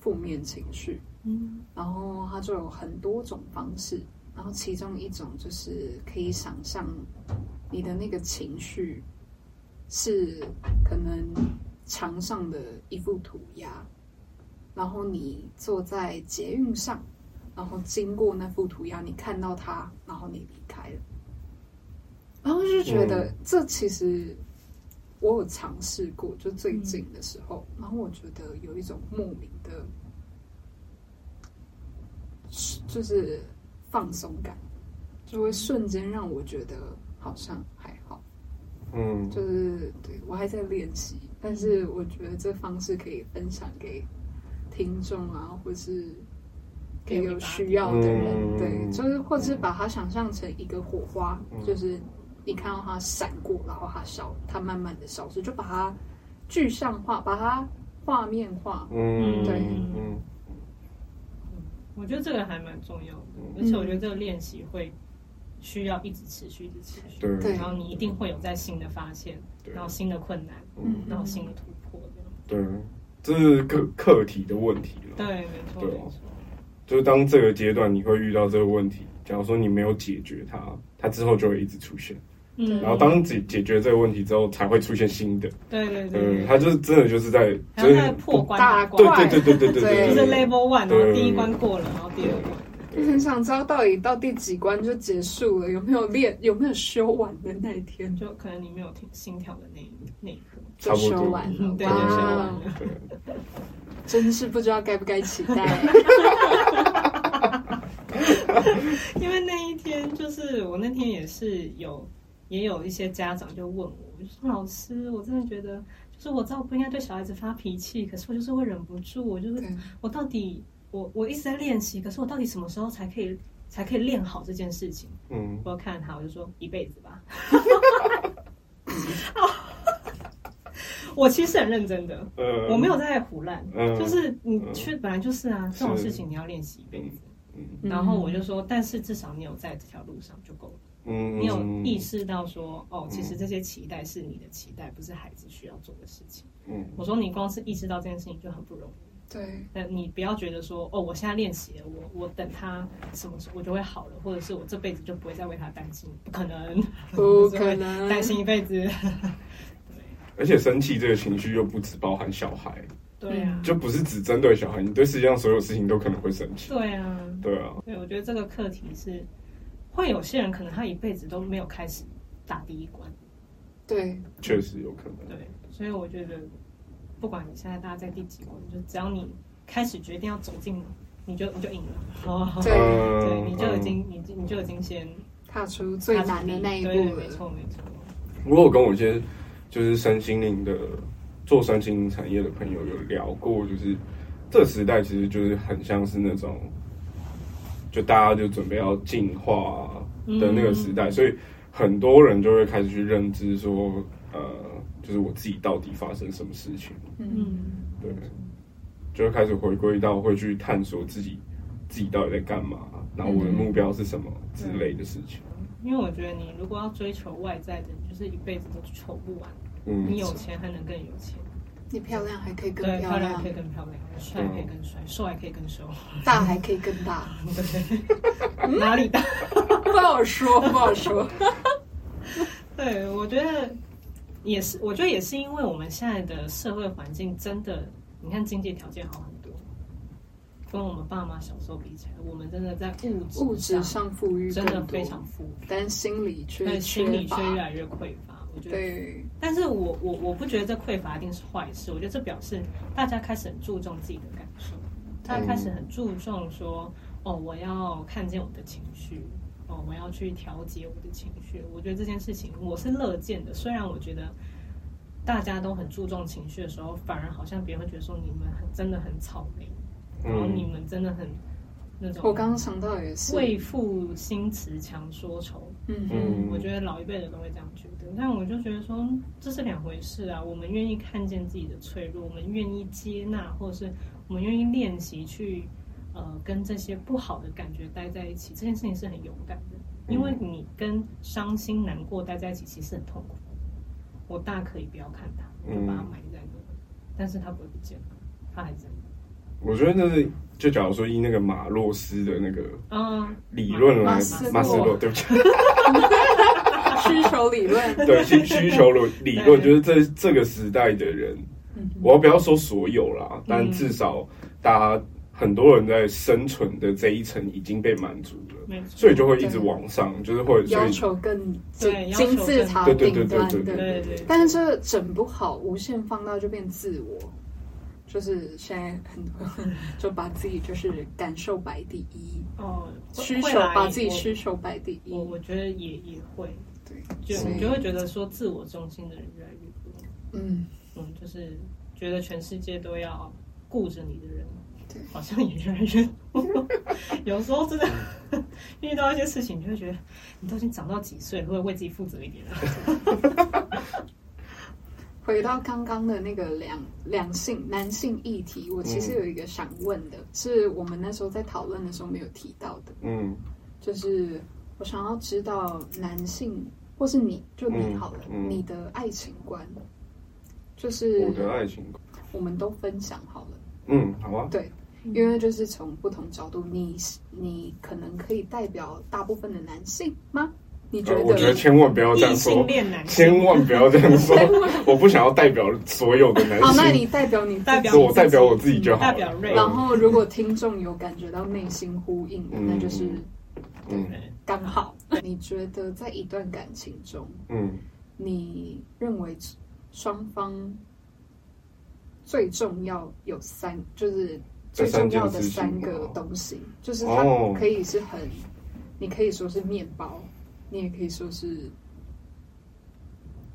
Speaker 1: 负面情绪，
Speaker 2: 嗯，
Speaker 1: 然后它就有很多种方式，然后其中一种就是可以想象你的那个情绪是可能墙上的一幅涂鸦，然后你坐在捷运上，然后经过那幅涂鸦，你看到它，然后你离开了，然后就觉得这其实。我有尝试过，就最近的时候，然后我觉得有一种莫名的就是放松感，就会瞬间让我觉得好像还好，
Speaker 3: 嗯，
Speaker 1: 就是对我还在练习，但是我觉得这方式可以分享给听众啊，或是给有需要的人，
Speaker 3: 嗯
Speaker 1: 对，就是或是把它想象成一个火花，
Speaker 3: 嗯
Speaker 1: 就是你看到它闪过，然后它消，它慢慢的消失，就把它具象化，把它画面化，
Speaker 3: 嗯，
Speaker 1: 对
Speaker 3: 嗯，
Speaker 2: 我觉得这个还蛮重要的，
Speaker 3: 嗯
Speaker 2: 而且我觉得这个练习会需要一直持续，一直持续，
Speaker 3: 对，
Speaker 1: 对
Speaker 2: 然后你一定会有在新的发现，
Speaker 3: 对
Speaker 2: 然后新的困难，
Speaker 3: 嗯，
Speaker 2: 然后新的突破，这样。
Speaker 3: 对，这是个课题的问题了。
Speaker 2: 对，没错，
Speaker 3: 对
Speaker 2: 没
Speaker 3: 啊
Speaker 2: 错。
Speaker 3: 就是当这个阶段你会遇到这个问题，假如说你没有解决它，它之后就会一直出现。
Speaker 2: 嗯，
Speaker 3: 然后当解解决这个问题之后，才会出现新的。
Speaker 2: 对对
Speaker 3: 嗯，
Speaker 2: 对，
Speaker 3: 它就是真的就是在
Speaker 2: 还
Speaker 3: 就是
Speaker 2: 要再破关
Speaker 1: 大
Speaker 2: 打关
Speaker 3: 对，对对对对对
Speaker 1: 对
Speaker 2: 就
Speaker 3: 对
Speaker 2: 是
Speaker 3: 对
Speaker 2: level one，然后
Speaker 3: 对
Speaker 2: 第一关过了，然后第二关。
Speaker 1: 就很想知道到底到第几关就结束了，有没有练， [laughs] 有没有修完的那一天就
Speaker 2: 就可能你没有听心跳的那一那一刻，
Speaker 3: 嗯差不
Speaker 1: 修
Speaker 3: 多
Speaker 1: 完了，
Speaker 2: 对，
Speaker 3: 就
Speaker 2: 就
Speaker 3: 修
Speaker 2: 想完
Speaker 3: 完
Speaker 1: 哇，
Speaker 2: 了。
Speaker 1: 真是不知道该不该期待。
Speaker 3: [laughs]
Speaker 2: 因为那一天就是我那天也是有也有一些家长就问我，我就说老师，我真的觉得就是我知道我不应该对小孩子发脾气，可是我就是会忍不住，我就是
Speaker 1: 对
Speaker 2: 我到底我我一直在练习，可是我到底什么时候才可以才可以练好这件事情？
Speaker 3: 嗯，
Speaker 2: 我看他，我就说一辈子吧。 [laughs] 哦我其实很认真的，
Speaker 3: 呃，
Speaker 2: 我没有在胡乱，
Speaker 3: 嗯
Speaker 2: 就是你去本来就是啊，这种
Speaker 3: 是
Speaker 2: 事情你要练习一辈子。
Speaker 3: 嗯，
Speaker 2: 然后我就说，但是至少你有在这条路上就够了，
Speaker 3: 嗯，
Speaker 2: 你有意识到说，哦，其实这些期待是你的期待，不是孩子需要做的事情。
Speaker 3: 嗯，
Speaker 2: 我说你光是意识到这件事情就很不容易，
Speaker 1: 对，
Speaker 2: 但你不要觉得说，哦，我现在练习了，我我等他什么时候我就会好了，或者是我这辈子就不会再为他担心，不
Speaker 1: [laughs]
Speaker 2: 可能，
Speaker 1: 不可能
Speaker 2: 担心
Speaker 1: [laughs]
Speaker 2: 一辈子。啊
Speaker 3: 而且生气这个情绪又不只包含小孩，
Speaker 1: 嗯
Speaker 2: 对啊，
Speaker 3: 就不是只针对小孩，你对世界上所有事情都可能会生气。
Speaker 2: 对啊，
Speaker 3: 对啊，
Speaker 2: 对，我觉得这个课题是，会有些人可能他一辈子都没有开始打第一关。
Speaker 1: 对，
Speaker 3: 确实有可能。
Speaker 2: 对，所以我觉得，不管你现在大家在第几关，就只要你开始决定要走进，你就你就赢
Speaker 3: [laughs]
Speaker 2: 了。哦，
Speaker 1: 对
Speaker 2: 对，
Speaker 3: 嗯
Speaker 2: 你就已经你就你就已经先
Speaker 1: 踏出最难的那一
Speaker 2: 对
Speaker 1: 步
Speaker 2: 没
Speaker 1: 了。
Speaker 2: 错没错。
Speaker 3: 嗯我有跟我一些就是身心灵的做身心灵产业的朋友有聊过，就是这时代其实就是很像是那种，就大家就准备要进化啊
Speaker 2: 嗯
Speaker 3: 的那个时代，所以很多人就会开始去认知说，呃，就是我自己到底发生什么事情，
Speaker 1: 嗯，
Speaker 2: 嗯，
Speaker 3: 对，就会开始回归到会去探索自己自己到底在干嘛，然后我的目标是什么之类的事情。
Speaker 2: 因为我觉得你如果要追求外在的，你就是一辈子都筹不完。
Speaker 3: 嗯，
Speaker 2: 你有钱还能更有钱，
Speaker 1: 你漂亮还可以更
Speaker 2: 对，
Speaker 1: 漂
Speaker 2: 漂
Speaker 1: 亮
Speaker 2: 可以，更漂亮，帅可以更
Speaker 3: 嗯
Speaker 2: 帅，瘦还可以更
Speaker 1: [laughs]
Speaker 2: 瘦。
Speaker 1: 大还可以更
Speaker 2: [laughs]
Speaker 1: 大，
Speaker 2: 对， [laughs] 哪里大？
Speaker 1: 不好说，不好
Speaker 2: [laughs]
Speaker 1: 说。
Speaker 2: 对，我觉得也是，我觉得也是因为我们现在的社会环境真的，你看经济条件好很多，跟我们爸妈小时候比起来，我们真的在物质
Speaker 1: 物质上富裕
Speaker 2: 真
Speaker 1: 更
Speaker 2: 的
Speaker 1: 多
Speaker 2: 非，常富裕，
Speaker 1: 但心理却
Speaker 2: 但心理
Speaker 1: 缺
Speaker 2: 却
Speaker 1: 乏。
Speaker 2: 越来越匮乏。我觉得，
Speaker 1: 对，
Speaker 2: 但是我我我不觉得这匮乏一定是坏事，我觉得这表示大家开始很注重自己的感受，大家开始很注重说，哦，我要看见我的情绪，哦，我要去调节我的情绪。我觉得这件事情我是乐见的，虽然我觉得大家都很注重情绪的时候，反而好像别人会觉得说你们很真的很草莓，然后你
Speaker 3: 嗯，
Speaker 2: 们真的很那种
Speaker 1: 我刚刚想到也是，
Speaker 2: 为赋新词强说愁。
Speaker 1: 嗯
Speaker 3: 嗯
Speaker 2: 我觉得老一辈的都会这样觉得，但我就觉得说这是两回事啊。我们愿意看见自己的脆弱，我们愿意接纳，或者是我们愿意练习去呃跟这些不好的感觉待在一起，这件事情是很勇敢的。因
Speaker 1: 嗯
Speaker 2: 为你跟伤心、难过待在一起，其实很痛苦。我大可以不要看它，我就把
Speaker 1: 嗯
Speaker 2: 它埋在那里，但是它不会不见了，它还在那。
Speaker 3: 我觉得这是就假如说以那个马洛斯的那个
Speaker 2: 嗯，
Speaker 3: 理论来
Speaker 1: 马斯洛
Speaker 3: 马斯洛，对不起，
Speaker 1: 需求理论，
Speaker 3: 对需需求论理论，就是这这个时代的人，
Speaker 1: 嗯
Speaker 3: 我要不要说所有啦，但至少大家很多人在生存的这一层已经被满足了，
Speaker 2: 没错。
Speaker 3: 所以就会一直往上，就是会
Speaker 1: [laughs]
Speaker 3: 所
Speaker 1: 嗯要
Speaker 3: 以
Speaker 1: 求更
Speaker 2: 对
Speaker 1: 金
Speaker 2: 要求
Speaker 1: 金
Speaker 2: 更
Speaker 1: 字塔
Speaker 3: 对对对
Speaker 1: 顶
Speaker 3: 对
Speaker 1: 端
Speaker 3: 对
Speaker 1: 的，
Speaker 2: 对
Speaker 3: 对
Speaker 2: 对
Speaker 1: 但是这整不好，无限放大就变自我，就是现在很多人就把自己就是感受摆第一，
Speaker 2: 哦，会
Speaker 1: 需
Speaker 2: 会
Speaker 1: 求
Speaker 2: 来
Speaker 1: 把自己
Speaker 2: 我
Speaker 1: 需求摆第一
Speaker 2: 我，我觉得也也会，
Speaker 1: 嗯对，
Speaker 2: 就
Speaker 1: 所以
Speaker 2: 你就会觉得说自我中心的人越来越多，
Speaker 1: 嗯，
Speaker 2: 嗯，就是觉得全世界都要顾着你的人
Speaker 1: 对，
Speaker 2: 好像也越来越多。 [laughs] 有时候真的 [laughs] 遇到一些事情，你就会觉得你都已经长到几岁了，会不会为自己负责一点啊？
Speaker 1: 回到刚刚的那个两两性男性议题，我其实
Speaker 3: 嗯
Speaker 1: 有一个想问的，是我们那时候在讨论的时候没有提到的，
Speaker 3: 嗯
Speaker 1: 就是我想要知道男性或是你就你好了，
Speaker 3: 嗯嗯
Speaker 1: 你的爱情观，就是
Speaker 3: 我的爱情观，
Speaker 1: 我们都分享好了。
Speaker 3: 嗯，好啊，
Speaker 1: 因为就是从不同角度，你你可能可以代表大部分的男性吗？你觉
Speaker 3: 呃
Speaker 1: 得？
Speaker 3: 我觉
Speaker 1: [laughs]
Speaker 3: 得千万不要哦
Speaker 2: [laughs]
Speaker 3: 这样
Speaker 2: 异
Speaker 3: 说
Speaker 2: 性，恋男性
Speaker 3: 千万不要这样说， [laughs] 我不想要代表所有的男
Speaker 1: 好，哦那
Speaker 3: 性，
Speaker 1: 你代表你自己
Speaker 2: 代表
Speaker 3: 所以我
Speaker 2: 你自己嗯
Speaker 3: 代表我自己就好
Speaker 2: 代
Speaker 3: 了
Speaker 2: 表瑞
Speaker 1: 然后如果听众有感觉到内心呼应的，
Speaker 3: 嗯
Speaker 1: 那就是
Speaker 3: 嗯
Speaker 1: 刚好。 [laughs] 你觉得在一段感情中，
Speaker 3: 嗯，
Speaker 1: 你认为双方最重要有三，就是最重要的三个东西，就是它
Speaker 3: 哦
Speaker 1: 可以是很，你可以说是面包，你也可以说是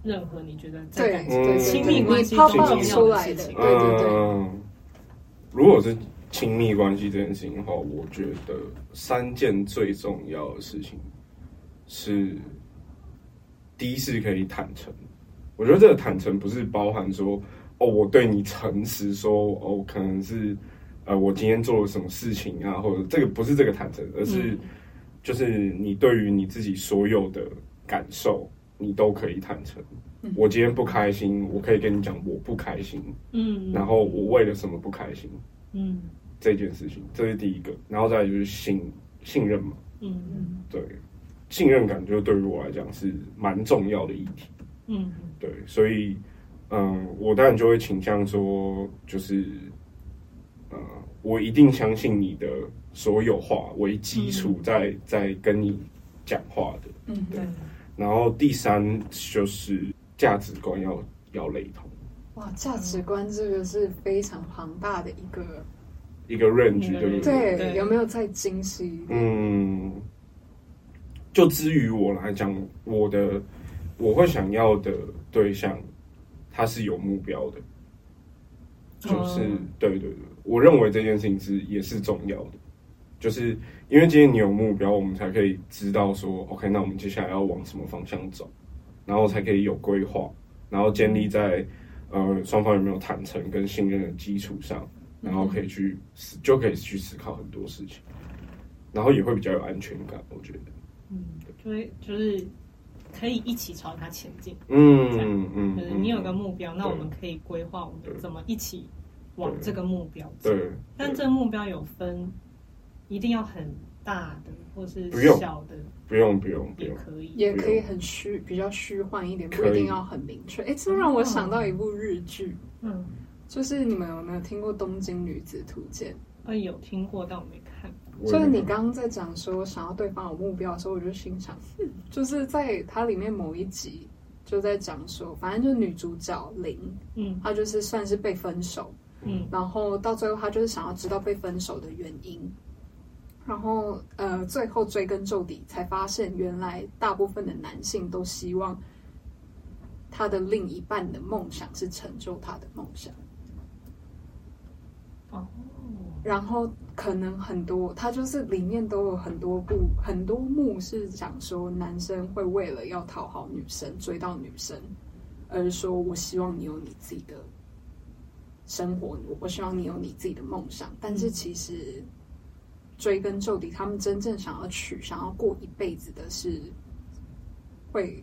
Speaker 2: 任何你觉得在
Speaker 1: 对
Speaker 2: 感情
Speaker 1: 对
Speaker 2: 亲密关系
Speaker 1: 泡
Speaker 2: 中
Speaker 1: 泡
Speaker 2: 重
Speaker 1: 出
Speaker 2: 要的
Speaker 1: 来
Speaker 2: 事
Speaker 1: 的，对
Speaker 2: 情，
Speaker 1: 对对，
Speaker 3: 嗯，如果是亲密关系这件事情的话，我觉得三件最重要的事情是，第一是可以坦诚。我觉得这个坦诚不是包含说，哦，我对你诚实说，哦，可能是，呃，我今天做了什么事情啊，或者这个不是这个坦诚，而是、
Speaker 2: 嗯
Speaker 3: 就是你对于你自己所有的感受，你都可以坦诚。
Speaker 1: 嗯
Speaker 3: 我今天不开心，我可以跟你讲我不开心，
Speaker 2: 嗯，
Speaker 3: 然后我为了什么不开心
Speaker 2: 嗯
Speaker 3: 这件事情，这是第一个，然后再来就是信信任嘛，
Speaker 2: 嗯
Speaker 3: 对，信任感就对于我来讲是蛮重要的议题，
Speaker 2: 嗯嗯
Speaker 3: 对，所以嗯，我当然就会倾向说，就是呃，我一定相信你的所有话为基础在，在跟你讲话的，
Speaker 1: 嗯，
Speaker 2: 对，
Speaker 3: 然后第三就是价值观要要雷同，
Speaker 1: 哇，
Speaker 2: 嗯
Speaker 1: 价值观这个是非常庞大的一个，
Speaker 3: 嗯一个 range
Speaker 2: 一个
Speaker 3: 对不
Speaker 2: range
Speaker 3: 对？
Speaker 1: 对，
Speaker 2: 对
Speaker 1: 有没有再精细？
Speaker 3: 嗯，就之于我来讲，我的我会想要的对象，他是有目标的，就是、
Speaker 2: 嗯
Speaker 3: 对对对，我认为这件事情是也是重要的，就是因为今天你有目标，我们才可以知道说，OK，那我们接下来要往什么方向走，然后才可以有规划，然后建立在呃双方有没有坦诚跟信任的基础上，
Speaker 2: 嗯
Speaker 3: 然后可以去思就可以去思考很多事情，然后也会比较有安全感，我觉得，
Speaker 2: 嗯，就会就是可以一起朝它前进。
Speaker 3: 嗯嗯
Speaker 2: 就是
Speaker 3: 嗯，
Speaker 2: 你有个目标，那
Speaker 3: 对
Speaker 2: 我们可以规划我
Speaker 3: 对
Speaker 2: 们怎么一起往这个目标走。
Speaker 3: 对，
Speaker 2: 但这个目标有分，一定要很大的或是
Speaker 3: 不用
Speaker 2: 小的
Speaker 3: 不用不用不
Speaker 2: 也
Speaker 3: 用，
Speaker 2: 可以。
Speaker 1: 也可以很虚，比较虚幻一点，不
Speaker 3: 可以
Speaker 1: 一定要很明确。哎，这让我想到一部日剧，
Speaker 2: 嗯，
Speaker 1: 就是你们有没有听过《东京女子图鉴
Speaker 2: 呃，有听过，但我没看。》？
Speaker 3: 我也
Speaker 1: 就是
Speaker 3: 没
Speaker 1: 你
Speaker 3: 有
Speaker 1: 刚刚在讲说想要对方有目标的时候，我就心想，哼，就是在它里面某一集就在讲说，反正就是女主角林，
Speaker 2: 嗯
Speaker 1: 她就是算是被分手，
Speaker 2: 嗯
Speaker 1: 然后到最后，他就是想要知道被分手的原因，然后呃，最后追根究底，才发现原来大部分的男性都希望他的另一半的梦想是成就他的梦想。
Speaker 2: 哦，
Speaker 1: 然后可能很多，它就是里面都有很多部很多幕是讲说男生会为了要讨好女生追到女生，而说我希望你有你自己的生活，我我希望你有你自己的梦想，但是其实追根究底，他们真正想要娶、想要过一辈子的是会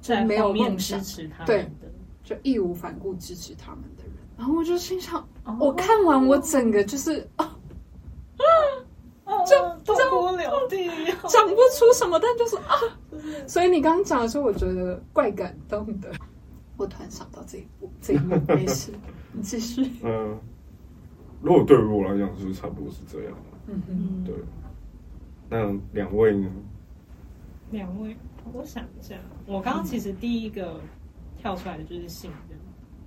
Speaker 1: 就
Speaker 2: 在
Speaker 1: 没有
Speaker 2: 后面
Speaker 1: 梦
Speaker 2: 支
Speaker 1: 想
Speaker 2: 持他
Speaker 1: 对
Speaker 2: 们的。
Speaker 1: 就义无反顾支持他们的人，然后我就心想，
Speaker 2: 哦
Speaker 1: 我看完我整个就是。
Speaker 2: 就痛哭流涕，
Speaker 1: 讲不出什么，但就是啊。所以你刚刚讲的时候，我觉得怪感动的。我突然想到这一步，这一幕没 [laughs] 事，你继续。
Speaker 3: 嗯，如果对于我来讲，就是差不多是这样。
Speaker 1: 嗯哼，
Speaker 2: 嗯
Speaker 3: 对，那两位呢？
Speaker 2: 两位，我想一下，我刚刚其实第一个跳出来的就是信任，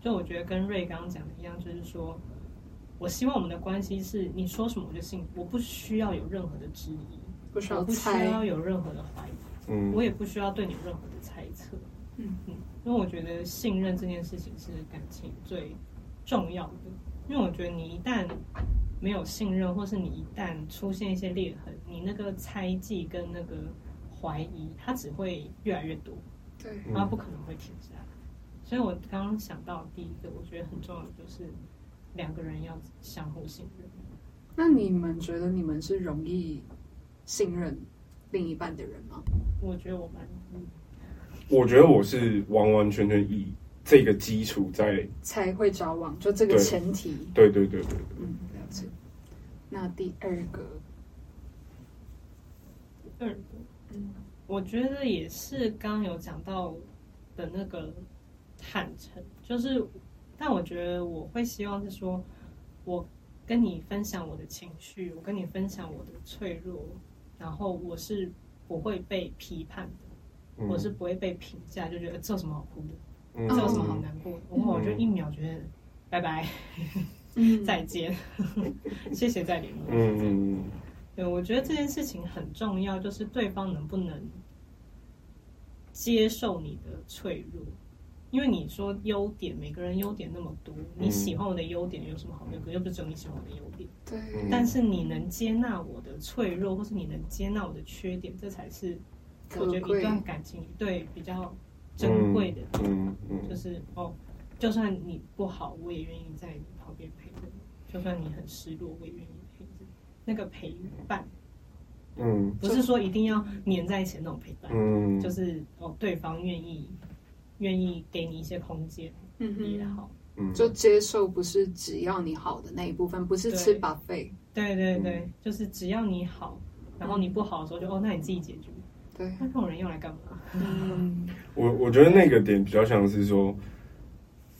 Speaker 2: 就我觉得跟瑞刚刚讲的一样，就是说我希望我们的关系是你说什么我就信，我不需要有任何的质疑，
Speaker 1: 不需
Speaker 2: 我
Speaker 1: 要
Speaker 2: 不需
Speaker 1: 猜
Speaker 2: 要，有任何的怀疑，
Speaker 3: 嗯
Speaker 2: 我也不需要对你有任何的猜测。
Speaker 1: 嗯
Speaker 2: 嗯，因为我觉得信任这件事情是感情最重要的，因为我觉得你一旦没有信任，或是你一旦出现一些裂痕，你那个猜忌跟那个怀疑，它只会越来越多，
Speaker 1: 对，
Speaker 3: 嗯
Speaker 2: 它不可能会停下来。所以我刚刚想到第一个，我觉得很重要的就是两个人要相互信任。
Speaker 1: 那你们觉得你们是容易信任另一半的人吗？
Speaker 2: 我觉得我蛮
Speaker 3: 我觉得我是完完全全以这个基础在，
Speaker 1: 才会交往，就这个
Speaker 3: 对
Speaker 1: 前提。
Speaker 3: 对对对对，
Speaker 1: 嗯，了解。那第二个，
Speaker 2: 二个，
Speaker 1: 嗯
Speaker 2: 我觉得也是刚有讲到的那个坦诚，就是，但我觉得我会希望是说，我跟你分享我的情绪，我跟你分享我的脆弱，然后我是不会被批判的，
Speaker 3: 嗯
Speaker 2: 我是不会被评价，就觉得呃这有什么好哭的，
Speaker 3: 嗯
Speaker 2: 这有什么好难过的，
Speaker 1: 嗯
Speaker 2: 我就一秒觉得拜拜，
Speaker 1: 嗯
Speaker 2: 再见， [laughs] 谢谢再联络。
Speaker 3: 嗯嗯
Speaker 2: 对，我觉得这件事情很重要，就是对方能不能接受你的脆弱，因为你说优点，每个人优点那么多，你喜欢我的优点有什么好那个？又不是只有你喜欢我的优点，
Speaker 1: 对，
Speaker 3: 嗯
Speaker 2: 但是你能接纳我的脆弱，或是你能接纳我的缺点，这才是我觉
Speaker 1: 可
Speaker 2: 得一
Speaker 1: 贵，
Speaker 2: 段感情对比较珍贵的，
Speaker 3: 嗯嗯
Speaker 2: 就
Speaker 3: 嗯，
Speaker 2: 是哦，就算你不好，我也愿意在你旁边陪着你；就算你很失落，我也愿意陪着你。那个陪伴。
Speaker 3: 嗯
Speaker 2: 不是说一定要黏在一起的那种陪伴，
Speaker 3: 嗯，
Speaker 2: 就是哦，对方愿意愿意给你一些空间
Speaker 1: 嗯
Speaker 2: 也
Speaker 1: 哼，
Speaker 2: 好。
Speaker 3: 嗯
Speaker 1: 就接受不是只要你好的那一部分，不是吃
Speaker 2: 对
Speaker 1: buffet，
Speaker 2: 对对对，
Speaker 3: 嗯
Speaker 2: 就是只要你好，然后你不好的时候就哦，那你自己解决。
Speaker 1: 对，
Speaker 2: 那这种人用来干嘛？
Speaker 1: 嗯。
Speaker 3: 我我觉得那个点比较像是说，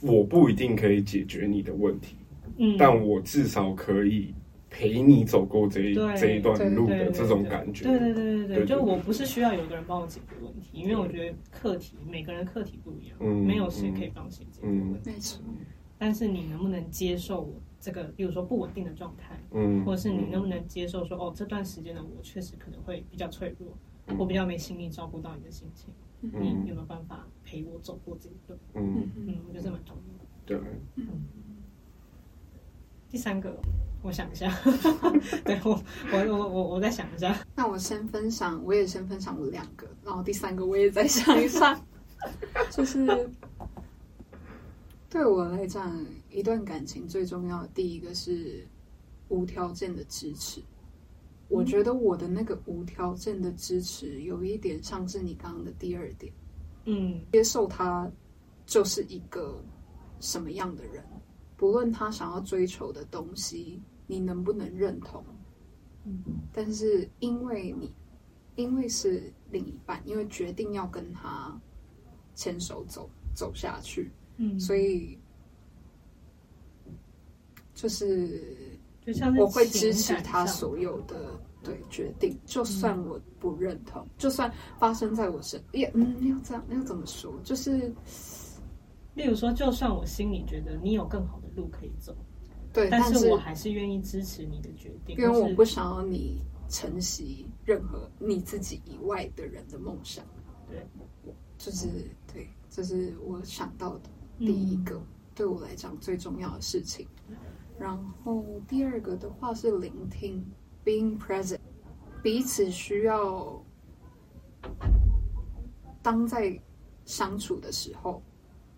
Speaker 3: 我不一定可以解决你的问题，
Speaker 2: 嗯，
Speaker 3: 但我至少可以陪你走过这一
Speaker 2: 对
Speaker 3: 这一段路
Speaker 2: 对
Speaker 3: 的
Speaker 2: 对
Speaker 3: 这种感觉。
Speaker 2: 对对对对
Speaker 3: 对
Speaker 2: 对，就我不是需要有一个人帮我解决问题，因为我觉得课题每个人课题不一样，
Speaker 3: 嗯
Speaker 2: 没有谁可以帮谁解决问题。
Speaker 1: 没错，
Speaker 2: 但是你能不能接受我这个，比如说不稳定的状态？
Speaker 3: 嗯，
Speaker 2: 或者是你能不能接受说，哦，这段时间的我确实可能会比较脆弱，
Speaker 3: 嗯
Speaker 2: 我比较没心力照顾到你的心情，你
Speaker 3: 嗯
Speaker 2: 有没有办法陪我走过这一段？
Speaker 3: 嗯
Speaker 2: 嗯
Speaker 1: 嗯，，
Speaker 2: 我觉得这蛮重要的。
Speaker 3: 对，
Speaker 2: 第三个，我想一下， [laughs] 对我我我我我再想一下，
Speaker 1: 那我先分享，我也先分享我两个，然后第三个我也再想一下，就是对我来讲，一段感情最重要的第一个是无条件的支持。我觉得我的那个无条件的支持，有一点像是你刚刚的第二点，
Speaker 2: 嗯
Speaker 1: 接受他就是一个什么样的人，不论他想要追求的东西，你能不能认同，
Speaker 2: 嗯
Speaker 1: 但是因为你，因为是另一半，因为决定要跟他牵手走走下去，
Speaker 2: 嗯，
Speaker 1: 所以就是
Speaker 2: 就像是
Speaker 1: 我会
Speaker 2: 情
Speaker 1: 支持
Speaker 2: 感
Speaker 1: 他
Speaker 2: 上
Speaker 1: 所有的
Speaker 2: 嗯
Speaker 1: 对决定，就算我不认同，就算发生在我身，也嗯，要这样要怎么说？就是
Speaker 2: 例如说，就算我心里觉得你有更好的路可以走，
Speaker 1: 对，
Speaker 2: 但
Speaker 1: 但
Speaker 2: 是我还是愿意支持你的决定，
Speaker 1: 因为我
Speaker 2: 或是
Speaker 1: 不想要你承袭任何你自己以外的人的梦想。
Speaker 2: 对，嗯
Speaker 1: 就是对，这是我想到的第一个、对我来讲最重要的事情。然后第二个的话是聆听 （being present），彼此需要当在相处的时候，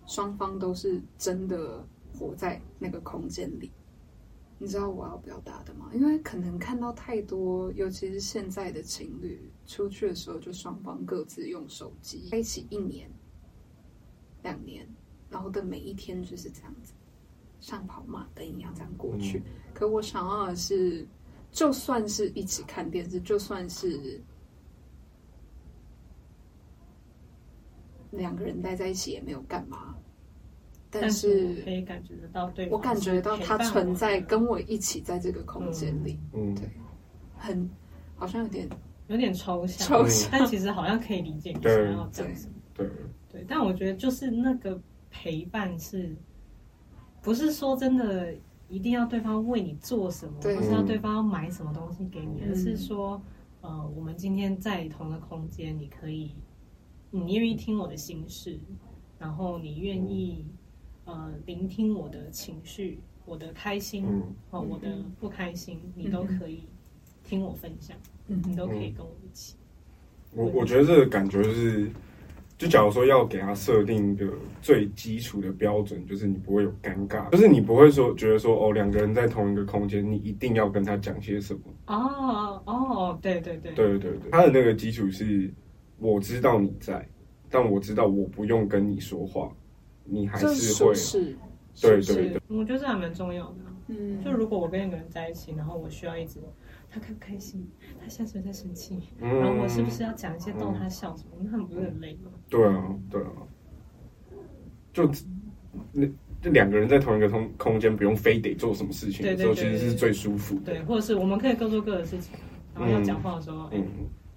Speaker 1: 双方都是真的活在那个空间里。你知道我要表达的吗？因为可能看到太多，尤其是现在的情侣出去的时候，就双方各自用手机，在一起一年、两年，然后的每一天就是这样子，像跑马灯一样这样过去。可我想要的是，就算是一起看电视，就算是两个人待在一起也没有干嘛，但
Speaker 2: 但
Speaker 1: 是
Speaker 2: 我可以感觉得到对方
Speaker 1: 我感觉到
Speaker 2: 是陪
Speaker 1: 它
Speaker 2: 伴我
Speaker 1: 存在，
Speaker 2: 的
Speaker 1: 跟我一起在这个空间里，
Speaker 3: 嗯
Speaker 1: 对，很好像有点
Speaker 2: 有点抽象，
Speaker 1: 抽
Speaker 3: 象
Speaker 2: 但其实好像可以理解你
Speaker 3: 对
Speaker 2: 想要讲什么。
Speaker 3: 对，
Speaker 2: 对，但我觉得就是那个陪伴是，不是说真的一定要对方为你做什么，
Speaker 1: 对
Speaker 2: 或是要
Speaker 3: 嗯
Speaker 2: 对方要买什么东西给你，
Speaker 1: 嗯
Speaker 2: 而是说，呃，我们今天在同一个空间，你可以，你愿意听我的心事，然后你愿意，呃，聆听我的情绪，我的开心，
Speaker 3: 嗯
Speaker 2: 哦，我的
Speaker 1: 嗯
Speaker 2: 不开心，你都可以听我分享，你
Speaker 1: 嗯
Speaker 2: 都可以跟我一起。
Speaker 3: 我我觉得这个感觉就是，就假如说要给他设定一个最基础的标准，就是你不会有尴尬，就是你不会说觉得说哦，两个人在同一个空间，你一定要跟他讲些什么。
Speaker 2: 哦哦，对对对，
Speaker 3: 对对对，他的那个基础是我知道你在，但我知道我不用跟你说话，你还
Speaker 1: 就是舒
Speaker 3: 会
Speaker 1: 适，
Speaker 3: 对
Speaker 1: 舒适
Speaker 3: 对对，
Speaker 2: 我觉得这还蛮重要的啊、
Speaker 1: 嗯，
Speaker 2: 就如果我跟一个人在一起，然后我需要一直他开不开心，他现在是不是在生气，
Speaker 3: 嗯
Speaker 2: 然后我是不是要讲一些逗他笑什么，那很不是很累吗？
Speaker 3: 对啊，对啊，就那这两个人在同一个空空间，不用非得做什么事情
Speaker 2: 对对
Speaker 3: 的时候，其
Speaker 2: 对
Speaker 3: 实是
Speaker 2: 对
Speaker 3: 最舒服的。
Speaker 2: 对，或者是我们可以各做各的事情，然后要讲话的时候，哎、
Speaker 3: 嗯，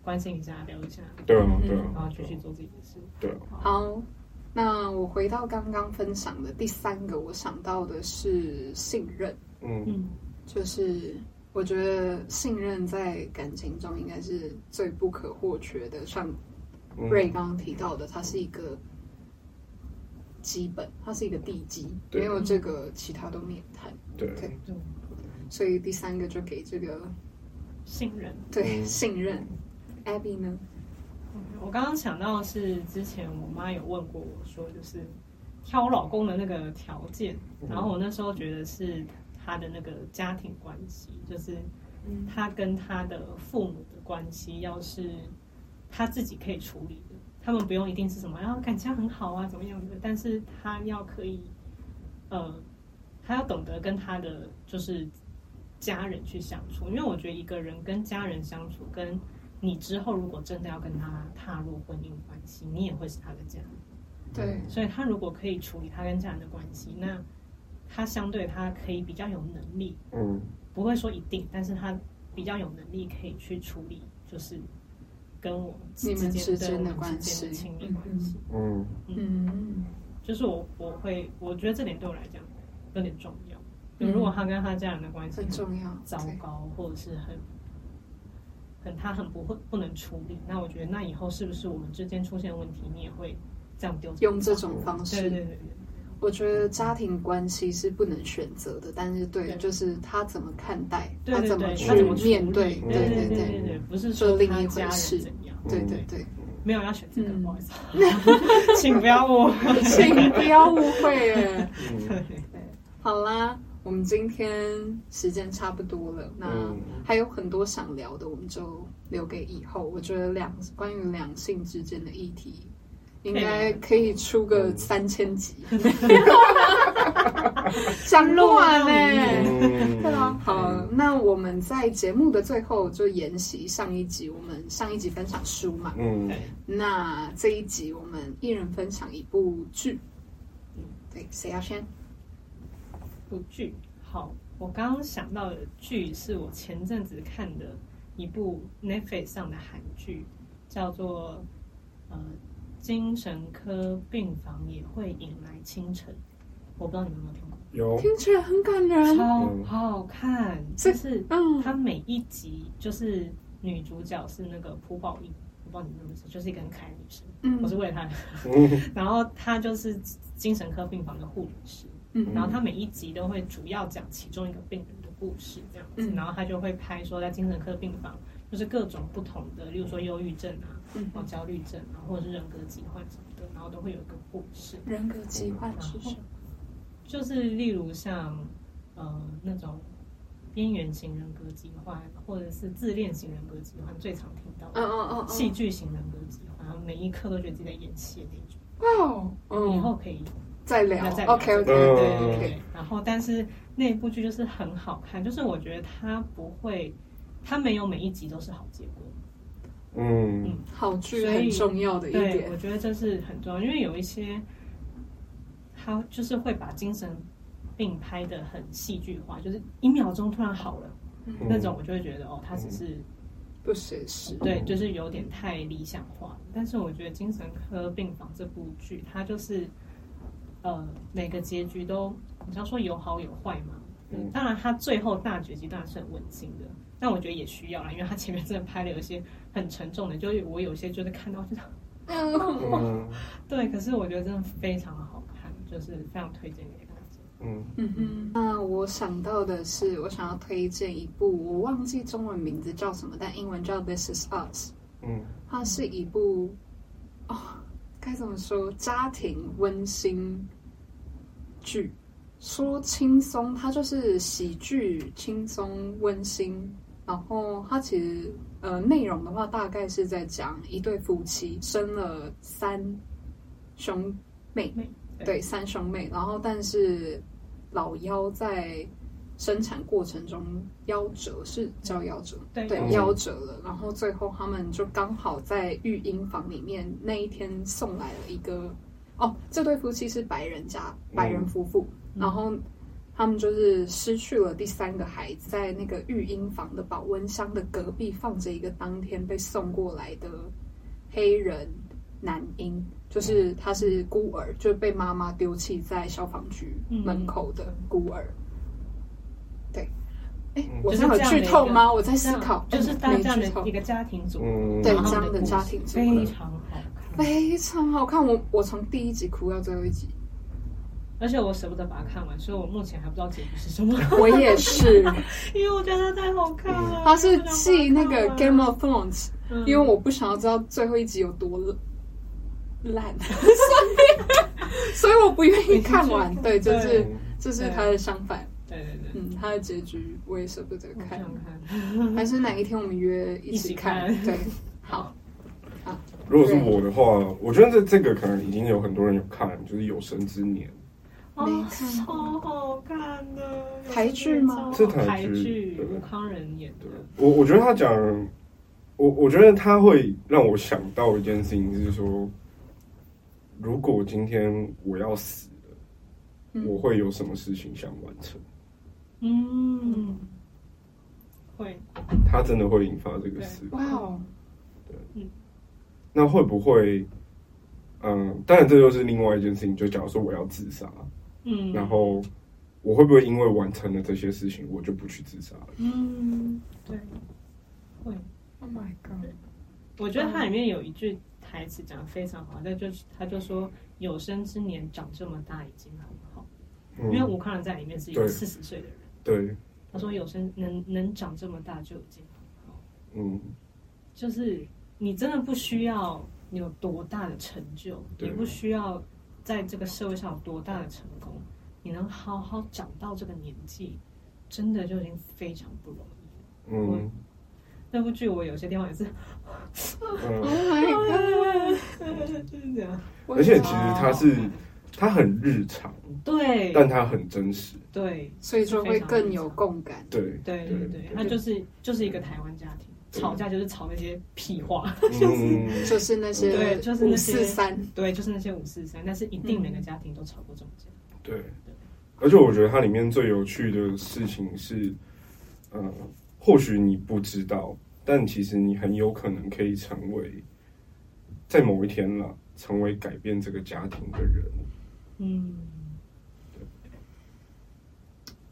Speaker 2: 关心一下，聊一下，
Speaker 3: 对啊，
Speaker 1: 嗯
Speaker 3: 对
Speaker 2: 然后
Speaker 3: 啊，
Speaker 2: 继续做自己的事。
Speaker 3: 对啊，
Speaker 1: 好。那我回到刚刚分享的第三个，我想到的是信任，
Speaker 3: 嗯
Speaker 2: 嗯，
Speaker 1: 就是我觉得信任在感情中应该是最不可或缺的，像
Speaker 3: 嗯，
Speaker 1: 瑞刚刚提到的，它是一个基本，它是一个地基，
Speaker 3: 对
Speaker 1: 没有这个其他都免谈。
Speaker 3: 对，
Speaker 1: 对
Speaker 2: 就
Speaker 1: 所以第三个就给这个
Speaker 2: 信任。
Speaker 1: 对、[laughs]
Speaker 3: 嗯
Speaker 1: 信任。Abby 呢？
Speaker 2: 嗯我刚刚想到的是之前我妈有问过我说，就是挑老公的那个条件，
Speaker 3: 嗯
Speaker 2: 然后我那时候觉得是他的那个家庭关系，就是
Speaker 1: 嗯
Speaker 2: 他跟他的父母的关系，要是他自己可以处理的，他们不用一定是什么，然后感情很好啊，怎么样的，但是他要可以，呃，他要懂得跟他的就是家人去相处，因为我觉得一个人跟家人相处，跟你之后如果真的要跟他踏入婚姻关系，你也会是他的家人。
Speaker 1: 对，
Speaker 2: 所以他如果可以处理他跟家人的关系，那他相对他可以比较有能力，
Speaker 3: 嗯
Speaker 2: 不会说一定，但是他比较有能力可以去处理，就是跟我
Speaker 1: 你们
Speaker 2: 之
Speaker 1: 之
Speaker 2: 间
Speaker 1: 间
Speaker 2: 对
Speaker 1: 的
Speaker 2: 我们
Speaker 1: 关
Speaker 2: 之间
Speaker 1: 系
Speaker 2: 的亲密关系。
Speaker 3: 嗯
Speaker 1: 嗯，
Speaker 2: 就是我我会我觉得这点对我来讲有点重要。就如果他跟他家人的关系
Speaker 1: 很
Speaker 2: 很
Speaker 1: 重要。
Speaker 2: 糟
Speaker 1: 对
Speaker 2: 糕，或者是很很他很不会不能处理，那我觉得那以后是不是我们之间出现问题，你也会这样丢给
Speaker 1: 用这
Speaker 2: 他
Speaker 1: 种方
Speaker 2: 对
Speaker 1: 式，
Speaker 2: 对对对。
Speaker 1: 我觉得家庭关系是不能选择的，但是对
Speaker 2: 对，
Speaker 1: 就是他怎么看待，
Speaker 2: 对对
Speaker 1: 怎
Speaker 2: 对，
Speaker 1: 么
Speaker 2: 他
Speaker 1: 去
Speaker 2: 怎么处理
Speaker 1: 面对，
Speaker 2: 对
Speaker 1: 对
Speaker 2: 对
Speaker 1: 对，
Speaker 2: 对，不是
Speaker 1: 这
Speaker 2: 说
Speaker 1: 另
Speaker 2: 他
Speaker 1: 一回
Speaker 2: 家
Speaker 1: 事
Speaker 2: 人怎样，
Speaker 1: 对
Speaker 3: 嗯
Speaker 1: 对对，
Speaker 2: 没有要选这个，
Speaker 1: 嗯
Speaker 2: 不好意思，啊 [laughs] 请不要我。
Speaker 1: [laughs] 请不要误会耶。
Speaker 3: 嗯
Speaker 2: 对
Speaker 1: 好啦，我们今天时间差不多了，那
Speaker 3: 嗯
Speaker 1: 还有很多想聊的，我们就留给以后。我觉得两关于两性之间的议题，应该可以出个
Speaker 3: 嗯
Speaker 1: 三千集，想录完呢。 [laughs] 对啊
Speaker 3: 嗯，，
Speaker 1: 好，那我们在节目的最后就沿袭上一集，我们上一集分享书嘛，
Speaker 3: 嗯，
Speaker 1: 那这一集我们一人分享一部剧，嗯对，谁要先？
Speaker 2: 部剧。好，我刚刚想到的剧是我前阵子看的一部 Netflix 上的韩剧，叫做呃《精神科病房也会迎来清晨》。我不知道你们有没有听过，
Speaker 3: 有
Speaker 1: 听起来很感人。
Speaker 2: 超好看，
Speaker 1: 是
Speaker 2: 就是
Speaker 1: 嗯，
Speaker 2: 它每一集就是女主角是那个朴宝英，我不知道你们认不认识，就是一个很可爱的女生，
Speaker 1: 嗯
Speaker 2: 我是为
Speaker 1: [laughs]
Speaker 2: 了她，
Speaker 3: 嗯
Speaker 2: 然后她就是精神科病房的护理师，
Speaker 1: 嗯
Speaker 2: 然后他每一集都会主要讲其中一个病人的故事，这样子，
Speaker 1: 嗯
Speaker 2: 然后他就会拍说在精神科病房，就是各种不同的，例如说忧郁症啊，
Speaker 1: 嗯
Speaker 2: 然后焦虑症啊，或者是人格疾患什么的，然后都会有一个故事，
Speaker 1: 人格疾患是什么？
Speaker 2: 就是例如像呃那种边缘型人格疾患，或者是自恋型人格疾患，最常听到
Speaker 1: 嗯
Speaker 2: 的。
Speaker 1: 嗯嗯
Speaker 2: 戏
Speaker 1: 嗯，
Speaker 2: 剧型人格疾患，然后每一刻都觉得自己在演戏的那种。
Speaker 1: 哇哦，
Speaker 2: 以
Speaker 1: 嗯，
Speaker 2: 后可以
Speaker 1: 再聊
Speaker 2: 那再。聊
Speaker 1: OK 嗯
Speaker 2: 对
Speaker 1: OK，
Speaker 2: 对对
Speaker 1: OK
Speaker 2: 对。然后，但是那部剧就是很好看，就是我觉得它不会，它没有每一集都是好结果。
Speaker 3: 嗯
Speaker 1: 好剧
Speaker 2: 所以
Speaker 1: 很重要的一
Speaker 2: 对，
Speaker 1: 点
Speaker 2: 我。觉得这是很重要，因为有一些，它就是会把精神病拍的很戏剧化，就是一秒钟突然好了、
Speaker 1: 嗯
Speaker 2: 那种，我就会觉得哦，它只是
Speaker 3: 嗯
Speaker 1: 不写实。
Speaker 2: 对，就是有点太理想化了。但是我觉得《精神科病房》这部剧，它就是呃每个结局都，你要说有好有坏嘛。
Speaker 3: 嗯
Speaker 2: 当然，它最后大结局当然是很温馨的，但我觉得也需要啦，因为它前面真的拍了有一些很沉重的，就是我有些就是看到就是
Speaker 1: 嗯，
Speaker 3: 嗯
Speaker 2: [laughs] 对，可是我觉得真的非常好看，就是非常推荐给大家。
Speaker 3: 嗯
Speaker 1: 嗯哼，那我想到的是，我想要推荐一部，我忘记中文名字叫什么，但英文叫《This Is Us》。
Speaker 3: 嗯
Speaker 1: 它是一部哦，该怎么说？家庭温馨剧，说轻松，它就是喜剧轻松温馨。然后它其实呃内容的话，大概是在讲一对夫妻生了三兄妹，
Speaker 2: 妹对
Speaker 1: 对三兄妹，然后但是老幺在生产过程中夭折，是叫夭折吗
Speaker 2: 对
Speaker 1: 对
Speaker 3: 嗯，
Speaker 1: 夭折了，然后最后他们就刚好在育婴房里面那一天送来了一个，哦，这对夫妻是白人家白人夫妇，
Speaker 2: 嗯
Speaker 1: 然后他们就是失去了第三个孩子，在那个育婴房的保温箱的隔壁放着一个当天被送过来的黑人男婴，就是他是孤儿，就被妈妈丢弃在消防局门口的孤儿。对，哎，我
Speaker 2: 就是
Speaker 1: 这样有
Speaker 2: 这样的
Speaker 1: 剧
Speaker 2: 一
Speaker 1: 透
Speaker 2: 个
Speaker 1: 吗？我在
Speaker 2: 这
Speaker 1: 思
Speaker 2: 样
Speaker 1: 考，
Speaker 2: 就是
Speaker 1: 嗯
Speaker 2: 大
Speaker 1: 没
Speaker 2: 家
Speaker 1: 剧
Speaker 2: 的
Speaker 1: 透
Speaker 2: 一个家庭组，
Speaker 3: 嗯，
Speaker 1: 对
Speaker 2: 然后他们
Speaker 1: 这样的
Speaker 2: 故事
Speaker 1: 家庭组
Speaker 2: 非常好看，
Speaker 1: 非常好看。我我从第一集哭到最后一 [laughs] 集，
Speaker 2: 而且我舍不得把它看完，所以我目前还不知道结局是什么。
Speaker 1: 我也 [laughs] 是。
Speaker 2: [laughs] 因为我觉得太好看
Speaker 1: [laughs]
Speaker 2: 了。
Speaker 1: 它是继那个《Game of Thrones》，
Speaker 2: 嗯
Speaker 1: 因为我不想要知道最后一集有多 [laughs] 烂，所以所以我不愿意看完。对，这是
Speaker 3: 嗯
Speaker 1: 这是它的相反。
Speaker 2: 对对对，
Speaker 1: 嗯，它的结局我也舍不得
Speaker 2: 我不
Speaker 1: 嗯看。
Speaker 2: 想看。
Speaker 1: 还是哪一天我们约一起看？
Speaker 2: 一起
Speaker 1: [laughs]
Speaker 2: 看
Speaker 1: 对，好，
Speaker 3: 如果是我的话，我觉得这这个可能已经有很多人有看，就是《有生之年
Speaker 1: 没
Speaker 2: [laughs] 哦，
Speaker 1: 看
Speaker 2: 超好看的
Speaker 1: 台剧吗
Speaker 2: 是
Speaker 3: 是台剧
Speaker 2: 台剧，
Speaker 3: 对
Speaker 2: 吴康仁演》的
Speaker 3: 对。我我觉得他讲，我我觉得他会让我想到一件事情，就是说，如果今天我要死了，
Speaker 1: 嗯
Speaker 3: 我会有什么事情想完成？
Speaker 2: 嗯，会
Speaker 3: 他真的会引发这个思考
Speaker 1: 哇。哦，
Speaker 3: 那会不会？嗯，当然这就是另外一件事情。就假如说我要自杀，
Speaker 2: 嗯，
Speaker 3: 然后我会不会因为完成了这些事情，我就不去自杀了？
Speaker 2: 嗯，对，会。
Speaker 1: ，Oh my god，
Speaker 2: 我觉得它里面有一句台词讲的非常好，那就是他就说有生之年长这么大已经很好，因为
Speaker 3: 嗯，
Speaker 2: 吴康仁在里面是一个
Speaker 3: 对
Speaker 2: 四十岁的人，
Speaker 3: 对，
Speaker 2: 他说有生能能长这么大就已经很好。
Speaker 3: 嗯，
Speaker 2: 就是你真的不需要你有多大的成就，
Speaker 3: 对
Speaker 2: 也不需要在这个社会上有多大的成功，你能好好长到这个年纪，真的就已经非常不容易了。
Speaker 3: 嗯，
Speaker 2: 那部剧我有些地方也
Speaker 3: [laughs]
Speaker 2: 是，啊
Speaker 3: 嗯。
Speaker 1: Oh my
Speaker 2: 就是这样。
Speaker 1: god！
Speaker 3: 而且其实它是它很日常，
Speaker 2: 对
Speaker 3: 但它很真实。
Speaker 2: 对
Speaker 1: 所以就会更有共感。
Speaker 3: 对
Speaker 2: 对对对，他就是就是一个台湾家庭，
Speaker 3: 对
Speaker 2: 吵架就是吵那些屁话， [laughs]
Speaker 3: 嗯，
Speaker 1: 就是那些
Speaker 2: 对就是
Speaker 1: 五
Speaker 2: 那些
Speaker 1: 四三，
Speaker 2: 对，就是那些五四三，但是一
Speaker 3: 嗯
Speaker 2: 定每个家庭都吵过这种架。
Speaker 3: 对。而且我觉得它里面最有趣的事情是，呃，或许你不知道，但其实你很有可能可以成为，在某一天啦，成为改变这个家庭的人。
Speaker 2: 嗯，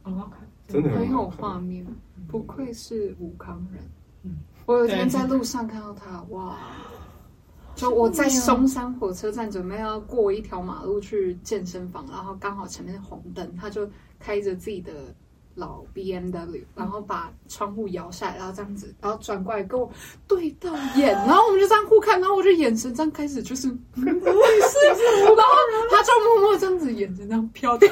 Speaker 2: 很好看，
Speaker 3: 真的
Speaker 1: 很有
Speaker 3: 好看
Speaker 1: 画面，不愧是武康人。
Speaker 2: 嗯
Speaker 1: 我有一天在路上看到他，哇！就我在松山火车站准备要过一条马路去健身房，然后刚好前面是红灯，他就开着自己的老 BMW，然后把窗户摇下来，然后这样子，然后转过来跟我对到眼，然后我们就这样互看，然后我就眼神这样开始就是， [laughs] 嗯我也是，然后他就默默这样子眼神这样飘掉。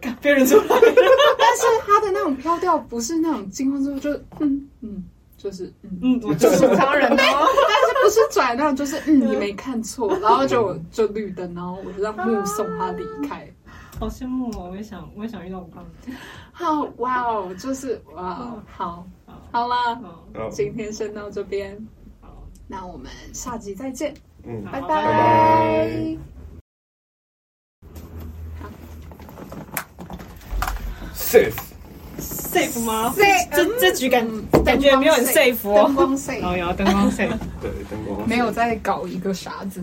Speaker 2: 看别人出 [laughs] 来，
Speaker 1: 但是他的那种飘调不是那种惊慌之后就嗯嗯，就是嗯，
Speaker 2: 嗯，我就是武康人哦，
Speaker 1: 但是不是拽那种就是嗯你没看错，然后就就绿灯，然后我就让目送他离开。
Speaker 2: 好羡慕哦，我也想，我也想遇到武康人，
Speaker 1: 好哇哦，就是哇哦，好，
Speaker 2: 好，
Speaker 1: 好啦，
Speaker 2: 好，
Speaker 3: 好，
Speaker 1: 今天先到这边，
Speaker 2: 好，
Speaker 1: 那我们下集再见，
Speaker 3: 嗯，
Speaker 1: 拜
Speaker 2: 拜
Speaker 1: 拜
Speaker 3: 拜。，safe。
Speaker 2: safe 吗？
Speaker 1: Safe
Speaker 2: 这这局感
Speaker 1: 嗯
Speaker 2: 感觉没有很
Speaker 1: 灯
Speaker 2: safe
Speaker 1: 光 safe，灯
Speaker 2: 哦，
Speaker 1: 光 safe，
Speaker 2: 有灯光 safe，
Speaker 3: 对，灯光
Speaker 1: 没有在搞一个傻子。